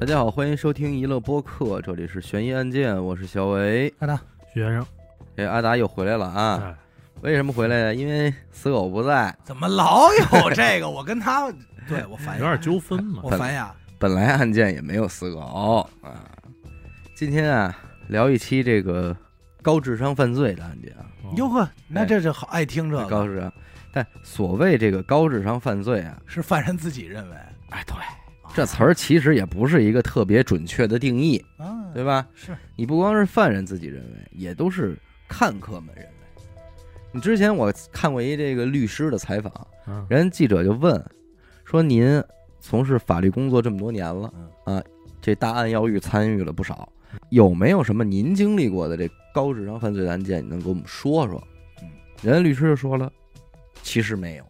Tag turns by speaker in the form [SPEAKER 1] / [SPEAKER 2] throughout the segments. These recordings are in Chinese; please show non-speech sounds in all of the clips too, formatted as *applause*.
[SPEAKER 1] 大家好，欢迎收听娱乐播客，这里是悬疑案件，我是小伟。
[SPEAKER 2] 阿达，
[SPEAKER 3] 许先生，
[SPEAKER 1] 哎，阿达又回来了啊！
[SPEAKER 3] 哎，
[SPEAKER 1] 为什么回来呀？因为死狗不在。
[SPEAKER 2] 怎么老有这个？我跟
[SPEAKER 3] *laughs*
[SPEAKER 2] 他，对我烦
[SPEAKER 3] 有点
[SPEAKER 2] 哎呀，
[SPEAKER 3] 纠纷嘛
[SPEAKER 2] 我。烦呀。
[SPEAKER 1] 本来案件也没有死狗啊。今天啊，聊一期这个高智商犯罪的案件啊，
[SPEAKER 3] 哦
[SPEAKER 2] 哟呵，那这是好爱听这
[SPEAKER 1] 高
[SPEAKER 2] 个，
[SPEAKER 1] 智商。但所谓这个高智商犯罪啊，
[SPEAKER 2] 是犯人自己认为
[SPEAKER 1] 哎，对，这词儿其实也不是一个特别准确的定义，
[SPEAKER 2] 啊，
[SPEAKER 1] 对吧？
[SPEAKER 2] 是
[SPEAKER 1] 你不光是犯人自己认为，也都是看客们认为。你之前我看过一这个律师的采访，
[SPEAKER 3] 嗯
[SPEAKER 1] 人记者就问说：“您从事法律工作这么多年了
[SPEAKER 2] 嗯
[SPEAKER 1] 啊，这大案要狱参与了不少，有没有什么您经历过的这高智商犯罪的案件，你能给我们说说
[SPEAKER 2] 嗯？”啊
[SPEAKER 1] 人家律师就说了：“其实没有。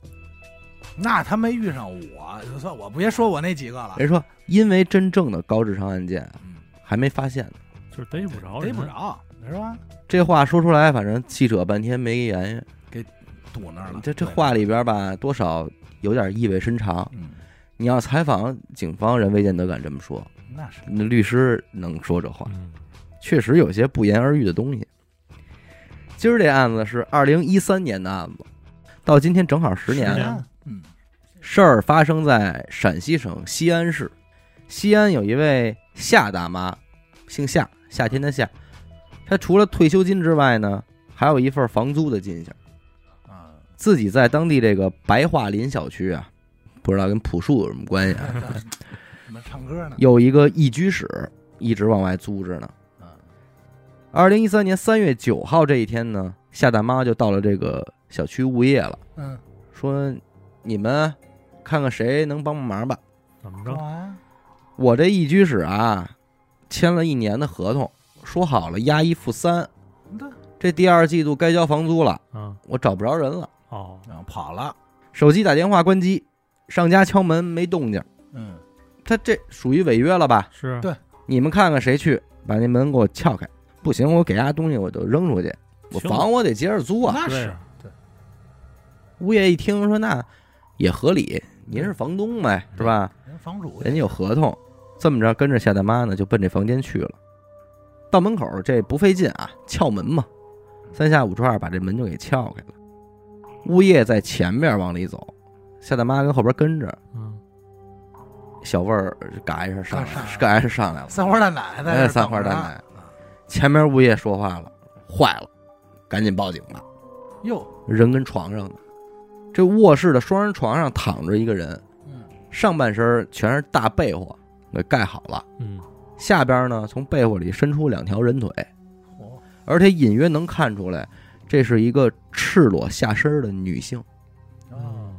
[SPEAKER 2] 那他没遇上我，就算我别说我那几个了”，
[SPEAKER 1] 人说：“因为真正的高智商案件啊
[SPEAKER 2] 嗯，
[SPEAKER 1] 还没发现呢。
[SPEAKER 3] 就是逮不着，
[SPEAKER 2] 逮不，着，是吧？”
[SPEAKER 1] 这话说出来，反正记者半天没言语。
[SPEAKER 2] 堵
[SPEAKER 3] 啊
[SPEAKER 2] 那儿了。
[SPEAKER 1] 这这
[SPEAKER 2] 对，
[SPEAKER 1] 话里边吧，多少有点意味深长。
[SPEAKER 2] 嗯，
[SPEAKER 1] 你要采访警方，人未见得敢这么说，
[SPEAKER 2] 那是
[SPEAKER 1] 那律师能说这话。
[SPEAKER 3] 嗯，
[SPEAKER 1] 确实有些不言而喻的东西。今儿这案子是二零一三年的案子，到今天正好十年
[SPEAKER 3] 十
[SPEAKER 1] 了。
[SPEAKER 3] 年，
[SPEAKER 2] 嗯
[SPEAKER 1] 事儿发生在陕西省西安市，西安有一位夏大妈，姓夏，夏天的夏。她除了退休金之外呢，还有一份房租的进项，
[SPEAKER 2] 啊，
[SPEAKER 1] 自己在当地这个白桦林小区啊，不知道跟朴树有什么关系啊， *laughs*
[SPEAKER 2] 你们唱歌呢？
[SPEAKER 1] 有一个一居室，一直往外租着呢。
[SPEAKER 2] 嗯
[SPEAKER 1] 二零一三年三月九号这一天呢，夏大妈就到了这个小区物业了，
[SPEAKER 2] 嗯，
[SPEAKER 1] 说：“你们看看谁能帮帮忙吧。
[SPEAKER 3] 怎么
[SPEAKER 2] 干
[SPEAKER 3] 着？
[SPEAKER 2] 嘛？
[SPEAKER 1] 我这一居室啊，签了一年的合同，说好了押一付三，
[SPEAKER 2] 那
[SPEAKER 1] 这第二季度该交房租
[SPEAKER 2] 哦
[SPEAKER 1] 了，
[SPEAKER 3] 嗯，
[SPEAKER 1] 我找不着人了。
[SPEAKER 3] 哦，
[SPEAKER 2] 啊跑了，
[SPEAKER 1] 手机打电话关机，上家敲门没动静，
[SPEAKER 2] 嗯，
[SPEAKER 1] 他这属于违约了吧？
[SPEAKER 3] 是
[SPEAKER 2] 对
[SPEAKER 1] 你们看看谁去把那门给我撬开，不行我给家东西我就扔出去，我
[SPEAKER 3] 行
[SPEAKER 1] 房我得接着租啊。”
[SPEAKER 2] 那
[SPEAKER 3] 对
[SPEAKER 2] 是
[SPEAKER 3] 啊
[SPEAKER 2] 对，
[SPEAKER 1] 物业一听说那也合理，您是房东呗，是吧？
[SPEAKER 2] 人房主
[SPEAKER 1] 人家有合同，这么着跟着夏大妈呢就奔这房间去了。到门口这不费劲啊，撬门嘛，三下五除二把这门就给撬开了。物业在前面往里走，夏大妈跟后边跟着，
[SPEAKER 3] 嗯，
[SPEAKER 1] 小味儿嘎一下上来了嘎
[SPEAKER 2] 嘎上来，了
[SPEAKER 1] 一下上来了。
[SPEAKER 2] 三花淡奶在这
[SPEAKER 1] 哎
[SPEAKER 2] 儿
[SPEAKER 1] 三花淡
[SPEAKER 2] 等着
[SPEAKER 1] 奶
[SPEAKER 2] 呢。
[SPEAKER 1] 前面物业说话了，坏了，赶紧报警吧。
[SPEAKER 2] 哟，
[SPEAKER 1] 人跟床上呢，这卧室的双人床上躺着一个人，
[SPEAKER 2] 嗯，
[SPEAKER 1] 上半身全是大被窝，给盖好了，
[SPEAKER 3] 嗯，
[SPEAKER 1] 下边呢从被窝里伸出两条人腿，
[SPEAKER 2] 我
[SPEAKER 1] 而且隐约能看出来，这是一个赤裸下身的女性。
[SPEAKER 2] 啊，
[SPEAKER 3] 哦，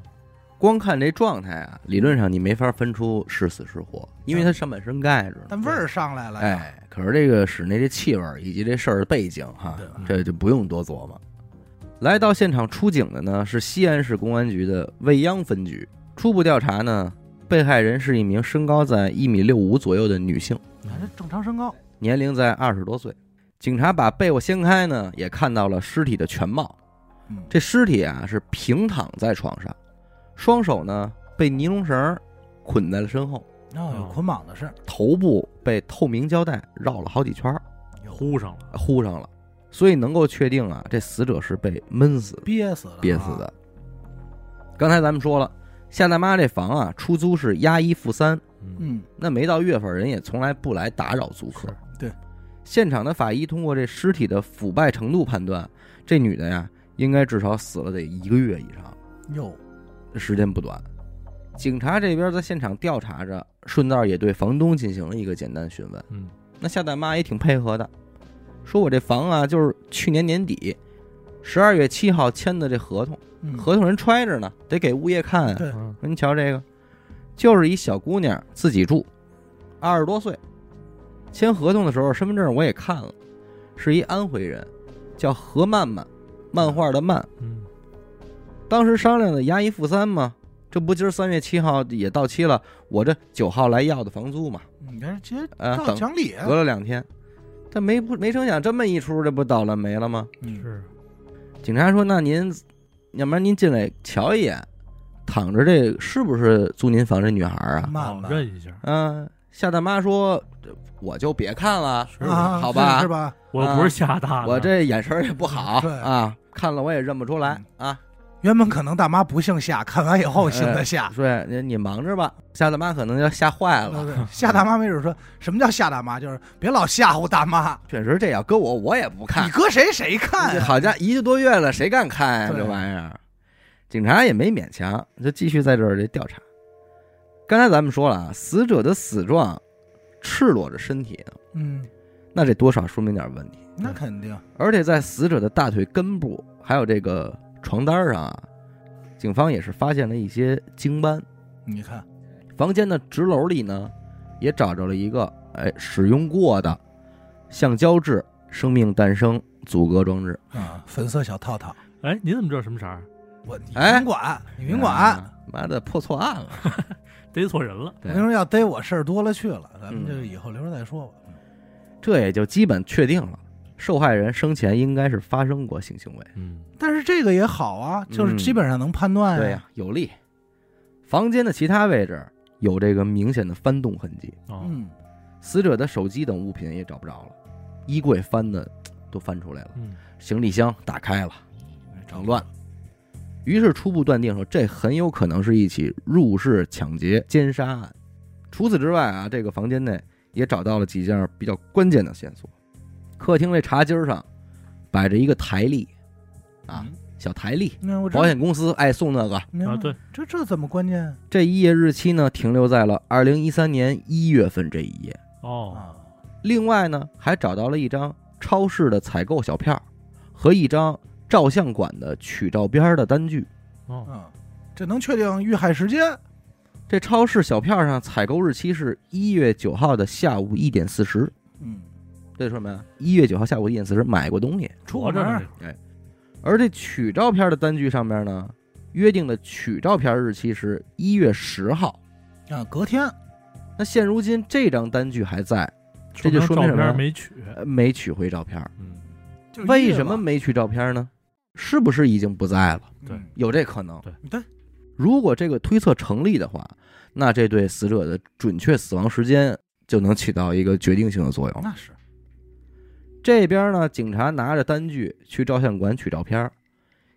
[SPEAKER 1] 光看这状态啊，理论上你没法分出是死是活，因为她上半身盖着呢。
[SPEAKER 2] 但味儿上来了，，
[SPEAKER 1] 哎，可是这个室内这气味儿以及这事儿的背景哈
[SPEAKER 2] 对，
[SPEAKER 1] 这就不用多琢磨。来到现场出警的呢是西安市公安局的未央分局。初步调查呢，被害人是一名身高在一米六五左右的女性，
[SPEAKER 2] 还是正常身高，
[SPEAKER 1] 年龄在二十多岁。警察把被窝掀开呢，也看到了尸体的全貌。
[SPEAKER 2] 嗯，
[SPEAKER 1] 这尸体啊是平躺在床上，双手呢被尼龙绳儿捆在了身后，
[SPEAKER 2] 哦，有捆绑的事儿，
[SPEAKER 1] 头部被透明胶带绕了好几圈儿。
[SPEAKER 3] 呼上了，
[SPEAKER 1] 呼上了，所以能够确定啊，这死者是被闷死、
[SPEAKER 2] 憋死了啊，
[SPEAKER 1] 憋死的。刚才咱们说了，夏大妈这房啊，出租是押一付三，
[SPEAKER 3] 嗯，
[SPEAKER 2] 嗯，
[SPEAKER 1] 那没到月份，人也从来不来打扰租客
[SPEAKER 3] 是。
[SPEAKER 2] 对，
[SPEAKER 1] 现场的法医通过这尸体的腐败程度判断，这女的呀，应该至少死了得一个月以上，
[SPEAKER 2] 哟，
[SPEAKER 1] 这时间不短。警察这边在现场调查着，顺道也对房东进行了一个简单询问。
[SPEAKER 3] 嗯，
[SPEAKER 1] 那夏大妈也挺配合的，说我这房啊，就是去年年底十二月七号签的这合同，
[SPEAKER 2] 嗯
[SPEAKER 1] 合同人揣着呢，得给物业看啊。
[SPEAKER 2] 对
[SPEAKER 3] 嗯，
[SPEAKER 1] 您瞧这个，就是一小姑娘自己住，二十多岁，签合同的时候身份证我也看了，是一安徽人，叫何曼曼，漫画的漫。
[SPEAKER 3] 嗯，
[SPEAKER 1] 当时商量的押一付三嘛，这不今儿三月七号也到期了，我这九号来要的房租嘛，
[SPEAKER 2] 你看这
[SPEAKER 1] 啊、
[SPEAKER 2] 照
[SPEAKER 1] 等
[SPEAKER 2] 讲理啊，
[SPEAKER 1] 隔了两天，但没不没成想这么一出，这不倒了霉了吗？
[SPEAKER 2] 嗯
[SPEAKER 3] 是，哦
[SPEAKER 1] 警察说：“那您，要不然您进来瞧一眼，躺着这是不是租您房这女孩啊
[SPEAKER 2] 慢
[SPEAKER 3] 哦，
[SPEAKER 2] 慢
[SPEAKER 3] 认一下？”，
[SPEAKER 2] 嗯
[SPEAKER 1] 啊，夏大妈说：“这我就别看了，
[SPEAKER 3] 是吧？
[SPEAKER 2] 啊，
[SPEAKER 1] 好吧
[SPEAKER 2] 是是吧？
[SPEAKER 3] 我不是吓大的，
[SPEAKER 1] 我这眼神儿也不好
[SPEAKER 2] 对嗯
[SPEAKER 1] 啊，看了我也认不出来啊。
[SPEAKER 2] 原本可能大妈不姓夏，看完以后姓的夏。
[SPEAKER 1] 啊说你你忙着吧，夏大妈可能要吓坏
[SPEAKER 2] 对
[SPEAKER 1] 了。
[SPEAKER 2] 对，夏大妈没准说什么叫夏大妈，就是别老吓唬
[SPEAKER 1] *laughs*
[SPEAKER 2] 大妈，
[SPEAKER 1] 确实，这要搁我我也不
[SPEAKER 2] 你
[SPEAKER 1] 看。
[SPEAKER 2] 搁谁谁看啊
[SPEAKER 1] 这
[SPEAKER 2] 呀、
[SPEAKER 1] 好家伙，一个多月了，谁敢看呀、
[SPEAKER 2] 对
[SPEAKER 1] 这玩意儿？警察也没勉强，就继续在这儿这调查。刚才咱们说了啊，死者的死状赤裸着身体呢，
[SPEAKER 2] 嗯，
[SPEAKER 1] 那这多少说明点问题。
[SPEAKER 2] 那肯定，
[SPEAKER 1] 而且在死者的大腿根部还有这个床单上啊，警方也是发现了一些精斑。
[SPEAKER 2] 你看，
[SPEAKER 1] 房间的纸篓里呢，也找着了一个哎使用过的橡胶制“生命诞生”阻隔装置。
[SPEAKER 2] 啊，粉色小套套，
[SPEAKER 3] 哎，你怎么知道什么色儿？
[SPEAKER 2] 我你
[SPEAKER 1] 哎
[SPEAKER 2] 甭管，你甭管，
[SPEAKER 1] 啊妈的破错案了。
[SPEAKER 3] 逮错人了，
[SPEAKER 2] 我
[SPEAKER 1] 对
[SPEAKER 2] 跟你说要逮我事儿多了去了，咱们
[SPEAKER 1] 嗯
[SPEAKER 2] 就以后留着再说吧。
[SPEAKER 1] 这也就基本确定了，受害人生前应该是发生过性行为。
[SPEAKER 3] 嗯，
[SPEAKER 2] 但是这个也好啊，就是
[SPEAKER 1] 嗯
[SPEAKER 2] 基本上能判断
[SPEAKER 1] 对呀、有利。房间的其他位置有这个明显的翻动痕迹，
[SPEAKER 3] 哦，
[SPEAKER 2] 嗯，
[SPEAKER 1] 死者的手机等物品也找不着了，衣柜翻的都翻出来了，
[SPEAKER 3] 嗯，
[SPEAKER 1] 行李箱打开了，整乱。于是初步断定说，这很有可能是一起入室抢劫、奸杀案。除此之外啊，这个房间内也找到了几件比较关键的线索。客厅这茶几儿上摆着一个台历，啊，
[SPEAKER 2] 嗯
[SPEAKER 1] 小台历，
[SPEAKER 2] 那我这
[SPEAKER 1] 保险公司爱送那个。
[SPEAKER 2] 明白
[SPEAKER 3] 啊对，
[SPEAKER 2] 这这怎么关键
[SPEAKER 1] 这一页日期呢，停留在了二零一三年一月份这一页。
[SPEAKER 3] 哦，
[SPEAKER 2] 啊？
[SPEAKER 1] 另外呢，还找到了一张超市的采购小票和一张照相馆的取照片的单据。
[SPEAKER 3] 哦，
[SPEAKER 2] 嗯，这能确定遇害时间？
[SPEAKER 1] 这超市小票上采购日期是一月九号的下午一点四十，
[SPEAKER 2] 嗯，
[SPEAKER 1] 这说明一月九号下午一点四十买过东西。
[SPEAKER 2] 出过
[SPEAKER 3] 活着
[SPEAKER 2] 门
[SPEAKER 3] 呢
[SPEAKER 2] 儿
[SPEAKER 3] 这会儿，
[SPEAKER 1] 而这取照片的单据上面呢，约定的取照片日期是一月十号。
[SPEAKER 2] 啊，隔天
[SPEAKER 1] 那现如今这张单据还在，这就
[SPEAKER 3] 说
[SPEAKER 1] 说明
[SPEAKER 3] 照
[SPEAKER 1] 什么呀
[SPEAKER 3] 片没取，
[SPEAKER 1] 呃没取回照片。
[SPEAKER 3] 嗯，
[SPEAKER 2] 就是
[SPEAKER 1] 为
[SPEAKER 2] 夜
[SPEAKER 1] 什么
[SPEAKER 2] 嘛？
[SPEAKER 1] 没取照片呢？是不是已经不在了？
[SPEAKER 3] 对
[SPEAKER 2] 嗯
[SPEAKER 1] 有这可能。
[SPEAKER 2] 对，
[SPEAKER 1] 如果这个推测成立的话，那这对死者的准确死亡时间就能起到一个决定性的作用。
[SPEAKER 2] 那是
[SPEAKER 1] 这边呢，警察拿着单据去照相馆取照片儿，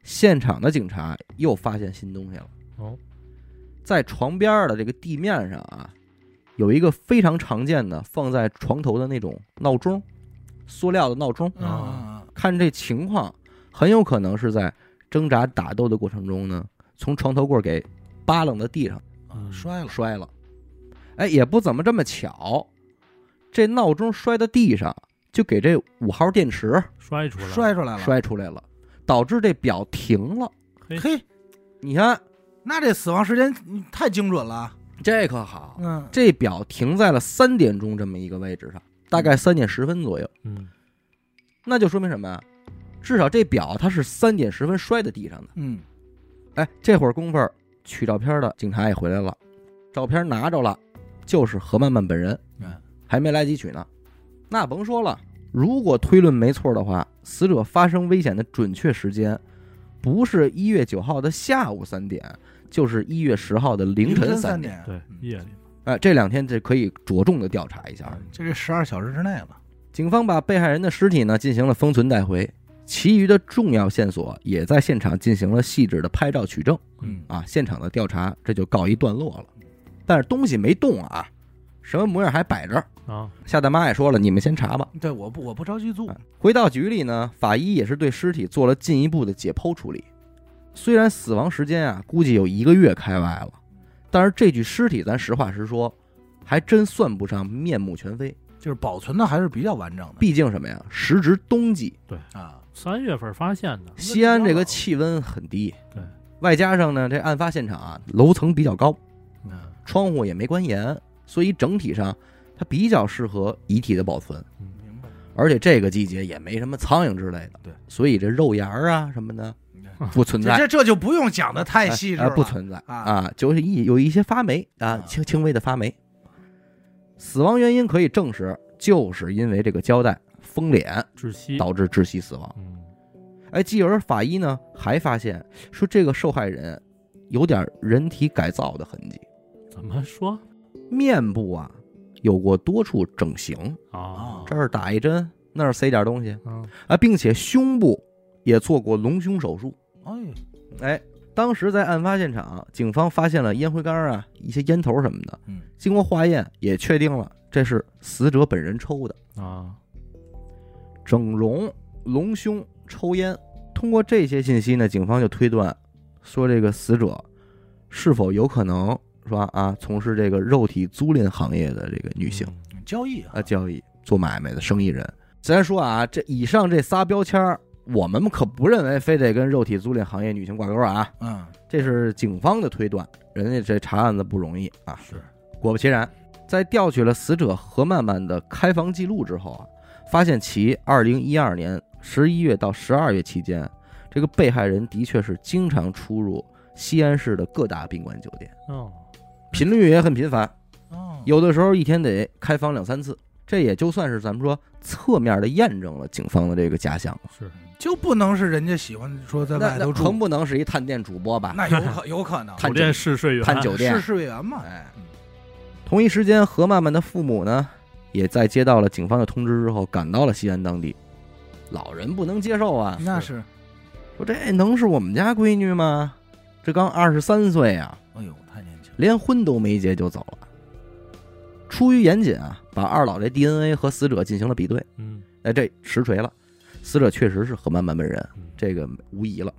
[SPEAKER 1] 现场的警察又发现新东西了。
[SPEAKER 3] 哦，
[SPEAKER 1] 在床边儿的这个地面上啊，有一个非常常见的放在床头的那种闹钟，塑料的闹钟。
[SPEAKER 2] 嗯
[SPEAKER 3] 啊
[SPEAKER 1] 看这情况，很有可能是在挣扎打斗的过程中呢，从床头柜儿给扒楞到地上
[SPEAKER 2] 啊
[SPEAKER 3] 嗯
[SPEAKER 2] 摔了，
[SPEAKER 1] 摔了。哎，也不怎么这么巧，这闹钟摔到地上，就给这五号电池
[SPEAKER 3] 摔出来了，哎
[SPEAKER 2] 摔出来了，
[SPEAKER 1] 摔出来了，导致这表停了。
[SPEAKER 2] 嘿，
[SPEAKER 1] 你看
[SPEAKER 2] 那这死亡时间嗯太精准了。
[SPEAKER 1] 这可好，
[SPEAKER 2] 嗯，
[SPEAKER 1] 这表停在了三点钟这么一个位置上，大概三点十分左右。
[SPEAKER 3] 嗯，
[SPEAKER 1] 那就说明什么呀？啊至少这表它是三点十分摔在地上的。
[SPEAKER 2] 嗯，
[SPEAKER 1] 哎，这会儿功夫儿取照片的警察也回来了，照片拿着了，就是何曼曼本人
[SPEAKER 2] 嗯，
[SPEAKER 1] 还没来及取呢。那甭说了，如果推论没错的话，死者发生危险的准确时间不是一月九号的下午三点，就是一月十号的凌晨
[SPEAKER 2] 三
[SPEAKER 1] 三。
[SPEAKER 2] 点，
[SPEAKER 3] 对，
[SPEAKER 2] 嗯
[SPEAKER 3] 夜里
[SPEAKER 1] 哎，这两天这可以着重的调查一下
[SPEAKER 2] 啊。这这十二小时之内了。
[SPEAKER 1] 警方把被害人的尸体呢进行了封存带回，其余的重要线索也在现场进行了细致的拍照取证。
[SPEAKER 2] 嗯
[SPEAKER 1] 啊，现场的调查这就告一段落了。但是东西没动啊，什么模样还摆着。
[SPEAKER 3] 啊，
[SPEAKER 1] 夏大妈也说了，你们先查吧。
[SPEAKER 2] 嗯对，我不我不着急做
[SPEAKER 1] 啊，回到局里呢，法医也是对尸体做了进一步的解剖处理。虽然死亡时间啊，估计有一个月开外了，但是这具尸体，咱实话实说，还真算不上面目全非。
[SPEAKER 2] 就是保存的还是比较完整
[SPEAKER 1] 毕竟什么呀，时值冬季，
[SPEAKER 2] 的啊。
[SPEAKER 3] 三月份发现的，
[SPEAKER 1] 西安这个气温很低，
[SPEAKER 3] 对，
[SPEAKER 1] 外加上呢，这案发现场啊楼层比较高，
[SPEAKER 2] 嗯，
[SPEAKER 1] 窗户也没关严，所以整体上它比较适合遗体的保存。
[SPEAKER 3] 嗯，
[SPEAKER 2] 明白。
[SPEAKER 1] 而且这个季节也没什么苍蝇之类的，
[SPEAKER 2] 对，
[SPEAKER 1] 所以这肉芽儿啊什么的
[SPEAKER 2] 你看
[SPEAKER 1] 不存
[SPEAKER 2] 这
[SPEAKER 1] 在，
[SPEAKER 2] 这这就不用讲的太细致
[SPEAKER 1] 哎哎
[SPEAKER 2] 了，
[SPEAKER 1] 不存在
[SPEAKER 2] 啊
[SPEAKER 1] 就是一有一些发霉啊
[SPEAKER 2] 啊，
[SPEAKER 1] 轻轻微的发霉。死亡原因可以证实，就是因为这个胶带封脸
[SPEAKER 3] 窒息，
[SPEAKER 1] 导致窒息死亡。
[SPEAKER 3] 嗯，
[SPEAKER 1] 哎，继而法医呢还发现说这个受害人有点人体改造的痕迹，
[SPEAKER 3] 怎么说？
[SPEAKER 1] 面部啊有过多处整形，
[SPEAKER 3] 啊，
[SPEAKER 1] 这儿打一针，那儿塞点东西
[SPEAKER 3] 嗯
[SPEAKER 1] 啊，并且胸部也做过隆胸手术。
[SPEAKER 2] 哎，
[SPEAKER 1] 哎，当时在案发现场，警方发现了烟灰缸啊、一些烟头什么的，
[SPEAKER 2] 嗯，
[SPEAKER 1] 经过化验也确定了这是死者本人抽的。
[SPEAKER 3] 啊，
[SPEAKER 1] 整容、隆胸、抽烟，通过这些信息呢，警方就推断说这个死者是否有可能说啊从事这个肉体租赁行业的这个女性。
[SPEAKER 2] 交易啊
[SPEAKER 1] 啊，交易做买卖的生意人。咱说啊，这以上这仨标签儿，我们可不认为非得跟肉体租赁行业女性挂钩啊，
[SPEAKER 2] 嗯，
[SPEAKER 1] 这是警方的推断。人家这查案子不容易啊。
[SPEAKER 2] 是，
[SPEAKER 1] 果不其然，在调取了死者何曼曼的开房记录之后啊，发现其二零一二年十一月到十二月期间，这个被害人的确是经常出入西安市的各大宾馆酒店，
[SPEAKER 3] 嗯哦，
[SPEAKER 1] 频率也很频繁。
[SPEAKER 2] 哦，
[SPEAKER 1] 有的时候一天得开房两三次，这也就算是咱们说侧面的验证了警方的这个假想。
[SPEAKER 3] 是
[SPEAKER 2] 就不能是人家喜欢说在
[SPEAKER 1] 那
[SPEAKER 2] 外头
[SPEAKER 1] 那
[SPEAKER 2] 住
[SPEAKER 1] 横，不能是一探店主播吧？
[SPEAKER 2] 那有可有可能，
[SPEAKER 1] *laughs* 探
[SPEAKER 3] 酒店试睡员，
[SPEAKER 1] 探酒店
[SPEAKER 2] 是。市委员嘛，
[SPEAKER 1] 哎
[SPEAKER 2] 嗯，
[SPEAKER 1] 同一时间，何曼曼的父母呢，也在接到了警方的通知之后，赶到了西安当地。老人不能接受啊，
[SPEAKER 2] 那是，
[SPEAKER 1] 说这能是我们家闺女吗？这刚二十三岁啊，
[SPEAKER 2] 哎呦，太年轻了，
[SPEAKER 1] 连婚都没结就走了。出于严谨啊，把二老这 DNA 和死者进行了比对，
[SPEAKER 3] 嗯，
[SPEAKER 1] 哎，这实锤了，死者确实是何曼曼本人。
[SPEAKER 3] 嗯
[SPEAKER 1] 这个无疑了。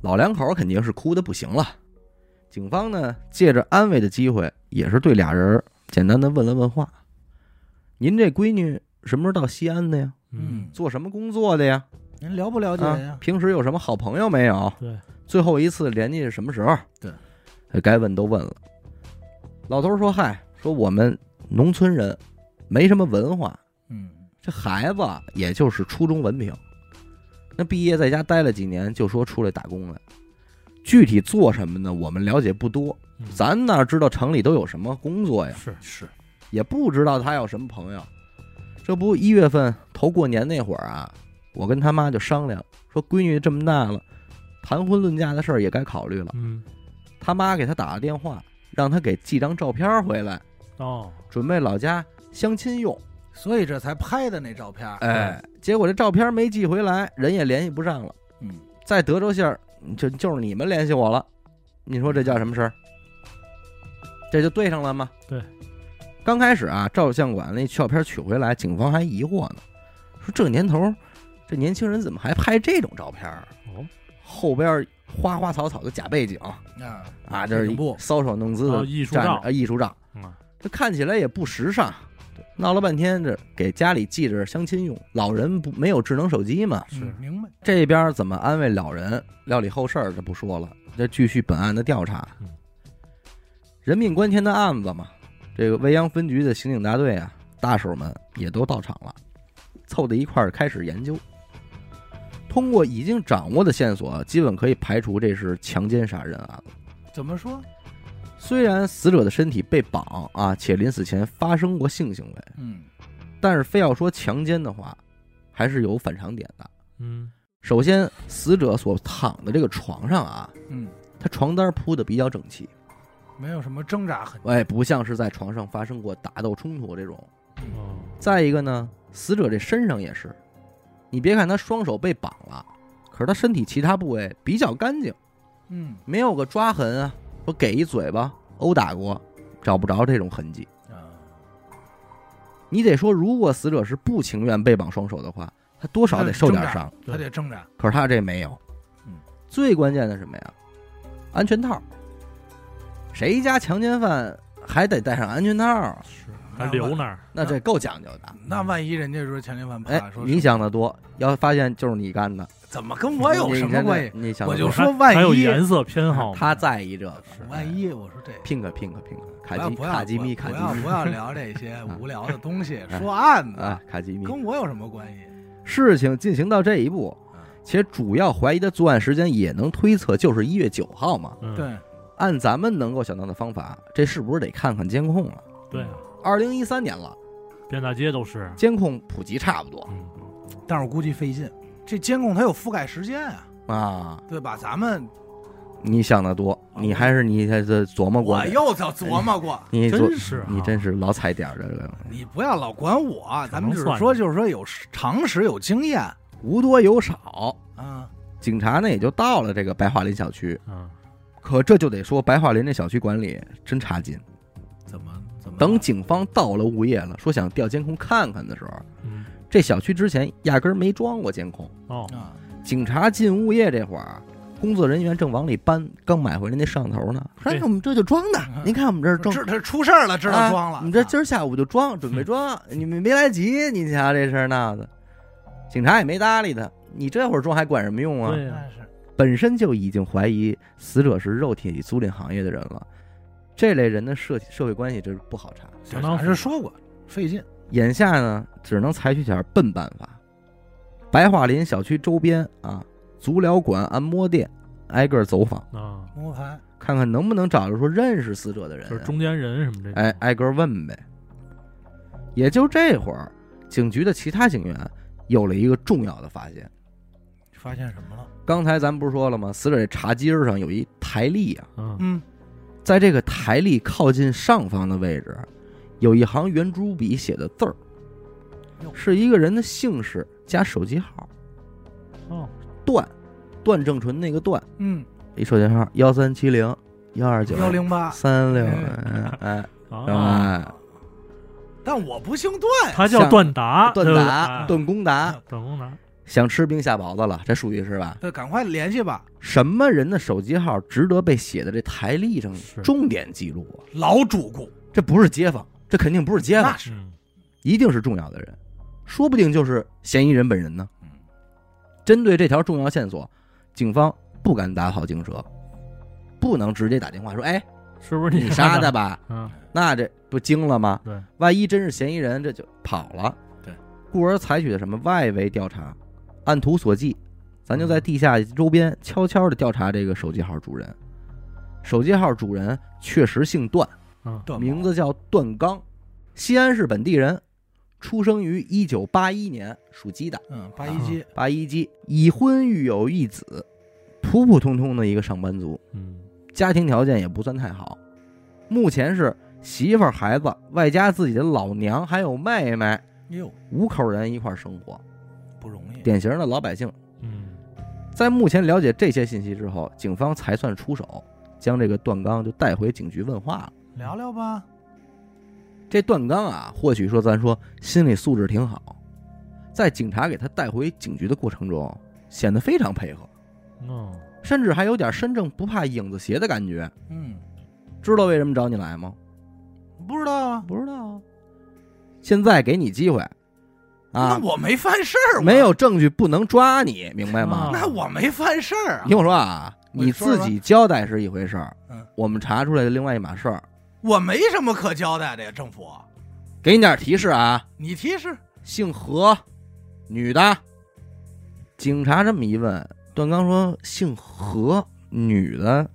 [SPEAKER 1] 老两口肯定是哭的不行了。警方呢，借着安慰的机会，也是对俩人简单的问了问话：“您这闺女什么时候到西安的呀？
[SPEAKER 3] 嗯，
[SPEAKER 1] 做什么工作的呀？
[SPEAKER 2] 您了不了解
[SPEAKER 1] 啊
[SPEAKER 2] 呀，？
[SPEAKER 1] 平时有什么好朋友没有？
[SPEAKER 3] 对，
[SPEAKER 1] 最后一次联系是什么时候？
[SPEAKER 2] 对
[SPEAKER 1] 呃，该问都问了。”老头说：“嗨，说我们农村人没什么文化，
[SPEAKER 2] 嗯，
[SPEAKER 1] 这孩子也就是初中文凭，那毕业在家待了几年，就说出来打工来。具体做什么呢？我们了解不多，
[SPEAKER 3] 嗯
[SPEAKER 1] 咱哪知道城里都有什么工作呀？
[SPEAKER 3] 是
[SPEAKER 2] 是，
[SPEAKER 1] 也不知道他有什么朋友。这不一月份头过年那会儿啊，我跟他妈就商量说，闺女这么大了，谈婚论嫁的事儿也该考虑了。
[SPEAKER 3] 嗯，
[SPEAKER 1] 他妈给他打了电话，让他给寄张照片回来，
[SPEAKER 3] 哦，
[SPEAKER 1] 准备老家相亲用。
[SPEAKER 2] 所以这才拍的那照片，
[SPEAKER 1] 哎，结果这照片没寄回来，人也联系不上了。
[SPEAKER 2] 嗯，
[SPEAKER 1] 在德州县儿，就就是你们联系我了，你说这叫什么事儿？这就对上了吗？
[SPEAKER 3] 嗯对。
[SPEAKER 1] 刚开始啊，照相馆那照片取回来，警方还疑惑呢，说这年头，这年轻人怎么还拍这种照片儿啊？
[SPEAKER 3] 哦，
[SPEAKER 1] 后边儿花花草草的假背景
[SPEAKER 2] 啊
[SPEAKER 1] 啊，这是
[SPEAKER 2] 不，
[SPEAKER 1] 搔首弄姿
[SPEAKER 3] 哦
[SPEAKER 1] 的
[SPEAKER 3] 艺术
[SPEAKER 1] 站着
[SPEAKER 3] 照
[SPEAKER 1] 啊，艺术照，
[SPEAKER 3] 嗯啊
[SPEAKER 1] 这看起来也不时尚。闹了半天，这给家里寄着相亲用，老人不没有智能手机嘛，
[SPEAKER 3] 是
[SPEAKER 2] 嗯明白，
[SPEAKER 1] 这边怎么安慰老人、料理后事儿，这不说了，这继续本案的调查
[SPEAKER 3] 嗯。
[SPEAKER 1] 人命关天的案子嘛，这个未央分局的刑警大队啊，大手们也都到场了，凑在一块儿开始研究。通过已经掌握的线索，基本可以排除这是强奸杀人案了。
[SPEAKER 2] 怎么说？
[SPEAKER 1] 虽然死者的身体被绑啊，且临死前发生过性行为，
[SPEAKER 2] 嗯，
[SPEAKER 1] 但是非要说强奸的话，还是有反常点的。
[SPEAKER 3] 嗯，
[SPEAKER 1] 首先，死者所躺的这个床上啊，
[SPEAKER 2] 嗯，
[SPEAKER 1] 他床单铺的比较整齐，
[SPEAKER 2] 没有什么挣扎痕迹，
[SPEAKER 1] 哎，不像是在床上发生过打斗冲突这种。
[SPEAKER 3] 哦，
[SPEAKER 1] 再一个呢，死者这身上也是，你别看他双手被绑了，可是他身体其他部位比较干净，
[SPEAKER 2] 嗯
[SPEAKER 1] 没有个抓痕啊，我给一嘴巴殴打过，找不着这种痕迹。
[SPEAKER 2] 啊，
[SPEAKER 1] 你得说，如果死者是不情愿被绑双手的话，他多少得受点伤，
[SPEAKER 2] 他得挣扎，
[SPEAKER 1] 可是他这没有。
[SPEAKER 2] 嗯，
[SPEAKER 1] 最关键的是什么呀？安全套。谁家强奸犯还得戴上安全套啊？
[SPEAKER 3] 是
[SPEAKER 2] 哎
[SPEAKER 3] 还留那儿，
[SPEAKER 1] 那这够讲究的。
[SPEAKER 2] 那万一人家说强奸犯
[SPEAKER 1] 哎
[SPEAKER 2] 怕说，
[SPEAKER 1] 你
[SPEAKER 2] 是
[SPEAKER 1] 想的多，要发现就是你干的，
[SPEAKER 2] 怎么跟我有什么关系？
[SPEAKER 1] 你？你想
[SPEAKER 2] 我
[SPEAKER 1] 得
[SPEAKER 2] 就
[SPEAKER 1] 多
[SPEAKER 2] 说
[SPEAKER 3] 还
[SPEAKER 2] 万一
[SPEAKER 3] 还有颜色偏好吗，
[SPEAKER 1] 他在意这个，哎
[SPEAKER 2] 万一我说这
[SPEAKER 1] 拼个拼个拼个，
[SPEAKER 2] 不
[SPEAKER 1] 卡
[SPEAKER 2] 要
[SPEAKER 1] 基
[SPEAKER 2] 不要
[SPEAKER 1] 卡基米卡
[SPEAKER 2] 不
[SPEAKER 1] 基
[SPEAKER 2] 要
[SPEAKER 1] 米
[SPEAKER 2] 不要聊这
[SPEAKER 1] *laughs*
[SPEAKER 2] 些无聊的东西，说案子
[SPEAKER 1] 啊，卡基米。
[SPEAKER 2] 跟我有什么关系？
[SPEAKER 1] 事情进行到这一步
[SPEAKER 2] 嗯，
[SPEAKER 1] 且主要怀疑的作案时间也能推测，就是一月九号嘛。
[SPEAKER 3] 嗯
[SPEAKER 2] 对，
[SPEAKER 1] 按咱们能够想到的方法，这是不是得看看监控了？
[SPEAKER 3] 对啊，
[SPEAKER 1] 二零一三年了，
[SPEAKER 3] 遍大街都是，
[SPEAKER 1] 监控普及差不多
[SPEAKER 3] 嗯，
[SPEAKER 2] 但是我估计费劲。这监控它有覆盖时间啊，
[SPEAKER 1] 啊。
[SPEAKER 2] 对吧？咱们
[SPEAKER 1] 你想的多，你还是你还是琢磨过
[SPEAKER 2] 我
[SPEAKER 1] 的，
[SPEAKER 2] 又早琢磨过，
[SPEAKER 1] 你琢
[SPEAKER 3] 真是啊
[SPEAKER 1] 你真是啊老踩点儿这个，
[SPEAKER 2] 你不要老管我，咱们只是
[SPEAKER 3] 能算
[SPEAKER 2] 说就是说有常识有经验
[SPEAKER 1] 无多有少。
[SPEAKER 2] 啊，
[SPEAKER 1] 警察呢也就到了这个白桦林小区，
[SPEAKER 3] 嗯，
[SPEAKER 1] 可这就得说白桦林这小区管理真差劲。
[SPEAKER 2] 怎么怎么
[SPEAKER 1] 等警方到了物业了，说想调监控看看的时候，
[SPEAKER 3] 嗯
[SPEAKER 1] 这小区之前压根儿没装过监控。
[SPEAKER 3] 哦，
[SPEAKER 2] 啊，
[SPEAKER 1] 警察进物业这会儿，工作人员正往里搬刚买回来那摄像头呢，说
[SPEAKER 3] 对
[SPEAKER 1] 哎我们这就装的
[SPEAKER 2] 嗯，
[SPEAKER 1] 您看我们这儿正
[SPEAKER 2] 这这出事儿了，知道装了，
[SPEAKER 1] 啊你这今儿下午就装，准备装，你们没来及，你瞧这事儿闹的，警察也没搭理他，你这会儿装还管什么用啊？
[SPEAKER 3] 对呀，
[SPEAKER 2] 但哎是
[SPEAKER 1] 本身就已经怀疑死者是肉体租赁行业的人了，这类人的社社会关系这是不好查。
[SPEAKER 3] 相当
[SPEAKER 2] 还是
[SPEAKER 3] 复杂
[SPEAKER 2] 说过费劲，
[SPEAKER 1] 眼下呢，只能采取点笨办法。白桦林小区周边啊，足疗馆、按摩店，挨个走访，
[SPEAKER 3] 啊，
[SPEAKER 2] 摸排
[SPEAKER 1] 看看能不能找着说认识死者的人啊
[SPEAKER 3] 就是，中间人什
[SPEAKER 2] 嗯
[SPEAKER 3] 么这种，
[SPEAKER 1] 哎，挨个问呗。也就这会儿，警局的其他警员有了一个重要的发现。
[SPEAKER 2] 发现什么了？
[SPEAKER 1] 刚才咱们不是说了吗？死者这茶几儿上有一台历啊，
[SPEAKER 3] 嗯，
[SPEAKER 2] 嗯，
[SPEAKER 1] 在这个台历靠近上方的位置，有一行圆珠笔写的字儿
[SPEAKER 2] 哟，
[SPEAKER 1] 是一个人的姓氏加手机号。
[SPEAKER 3] 哦，
[SPEAKER 1] 段，段正淳那个段，
[SPEAKER 2] 嗯，
[SPEAKER 1] 一手机号幺三七零幺二九
[SPEAKER 2] 幺零八，
[SPEAKER 1] 三六，
[SPEAKER 2] 哎
[SPEAKER 1] 哎，
[SPEAKER 3] 啊，
[SPEAKER 1] 哎，
[SPEAKER 2] 但我不姓段，
[SPEAKER 3] 他叫段
[SPEAKER 2] 啊
[SPEAKER 3] 达，
[SPEAKER 1] 段
[SPEAKER 3] 对吧
[SPEAKER 1] 达，，
[SPEAKER 3] 哎啊
[SPEAKER 1] 段公达，
[SPEAKER 3] 段公达，
[SPEAKER 1] 想吃冰下雹子了，这属于是吧？
[SPEAKER 2] 对，赶快联系吧，
[SPEAKER 1] 什么人的手机号值得被写在这台历上
[SPEAKER 3] 是
[SPEAKER 1] 重点记录啊？
[SPEAKER 2] 老主顾，
[SPEAKER 1] 这不是街坊，这肯定不是街坊
[SPEAKER 2] 那，是，
[SPEAKER 3] 嗯，
[SPEAKER 1] 一定是重要的人，说不定就是嫌疑人本人呢。
[SPEAKER 2] 嗯，
[SPEAKER 1] 针对这条重要线索，警方不敢打草惊蛇，不能直接打电话说：“哎，
[SPEAKER 3] 是不是
[SPEAKER 1] 你杀的？吧？”
[SPEAKER 3] *laughs* 嗯，
[SPEAKER 1] 那这不惊了吗？
[SPEAKER 3] 对，
[SPEAKER 1] 万一真是嫌疑人，这就跑了。
[SPEAKER 2] 对，
[SPEAKER 1] 故而采取的什么外围调查，按图索骥，咱就在地下周边悄悄的调查这个手机号主人。手机号主人确实姓段，
[SPEAKER 3] 嗯，
[SPEAKER 2] 段某
[SPEAKER 1] 名字叫段刚，西安市本地人，出生于一九八一年，属鸡的，
[SPEAKER 2] 嗯，八一七，
[SPEAKER 1] 八一鸡，已婚育有一子，普普通通的一个上班族。
[SPEAKER 3] 嗯，
[SPEAKER 1] 家庭条件也不算太好，目前是媳妇儿、孩子，外加自己的老娘还有妹妹，
[SPEAKER 2] 哟，
[SPEAKER 1] 五口人一块儿生活，
[SPEAKER 2] 不容易，
[SPEAKER 1] 典型的老百姓。
[SPEAKER 3] 嗯，
[SPEAKER 1] 在目前了解这些信息之后，警方才算出手，将这个段刚就带回警局问话了。
[SPEAKER 2] 聊聊吧，
[SPEAKER 1] 这段刚啊，或许说咱说心理素质挺好，在警察给他带回警局的过程中，显得非常配合，
[SPEAKER 3] 哦，
[SPEAKER 1] 甚至还有点身正不怕影子斜的感觉。
[SPEAKER 2] 嗯，
[SPEAKER 1] 知道为什么找你来吗？
[SPEAKER 2] 不知道啊，
[SPEAKER 1] 不知道啊。现在给你机会，啊
[SPEAKER 2] 那，我没犯事儿，我
[SPEAKER 1] 没有，证据不能抓你，明白
[SPEAKER 2] *laughs*
[SPEAKER 1] 吗？
[SPEAKER 3] 啊
[SPEAKER 2] 那我没犯事儿啊
[SPEAKER 1] 你，听我说啊，
[SPEAKER 2] 我
[SPEAKER 1] 你自己交代是一回事儿，
[SPEAKER 2] 嗯
[SPEAKER 1] 我们查出来的另外一码事儿。
[SPEAKER 2] 我没什么可交代的呀，政府，
[SPEAKER 1] 给你点提示啊，
[SPEAKER 2] 你提示，
[SPEAKER 1] 姓何，女的。警察这么一问，段刚说姓何，女的。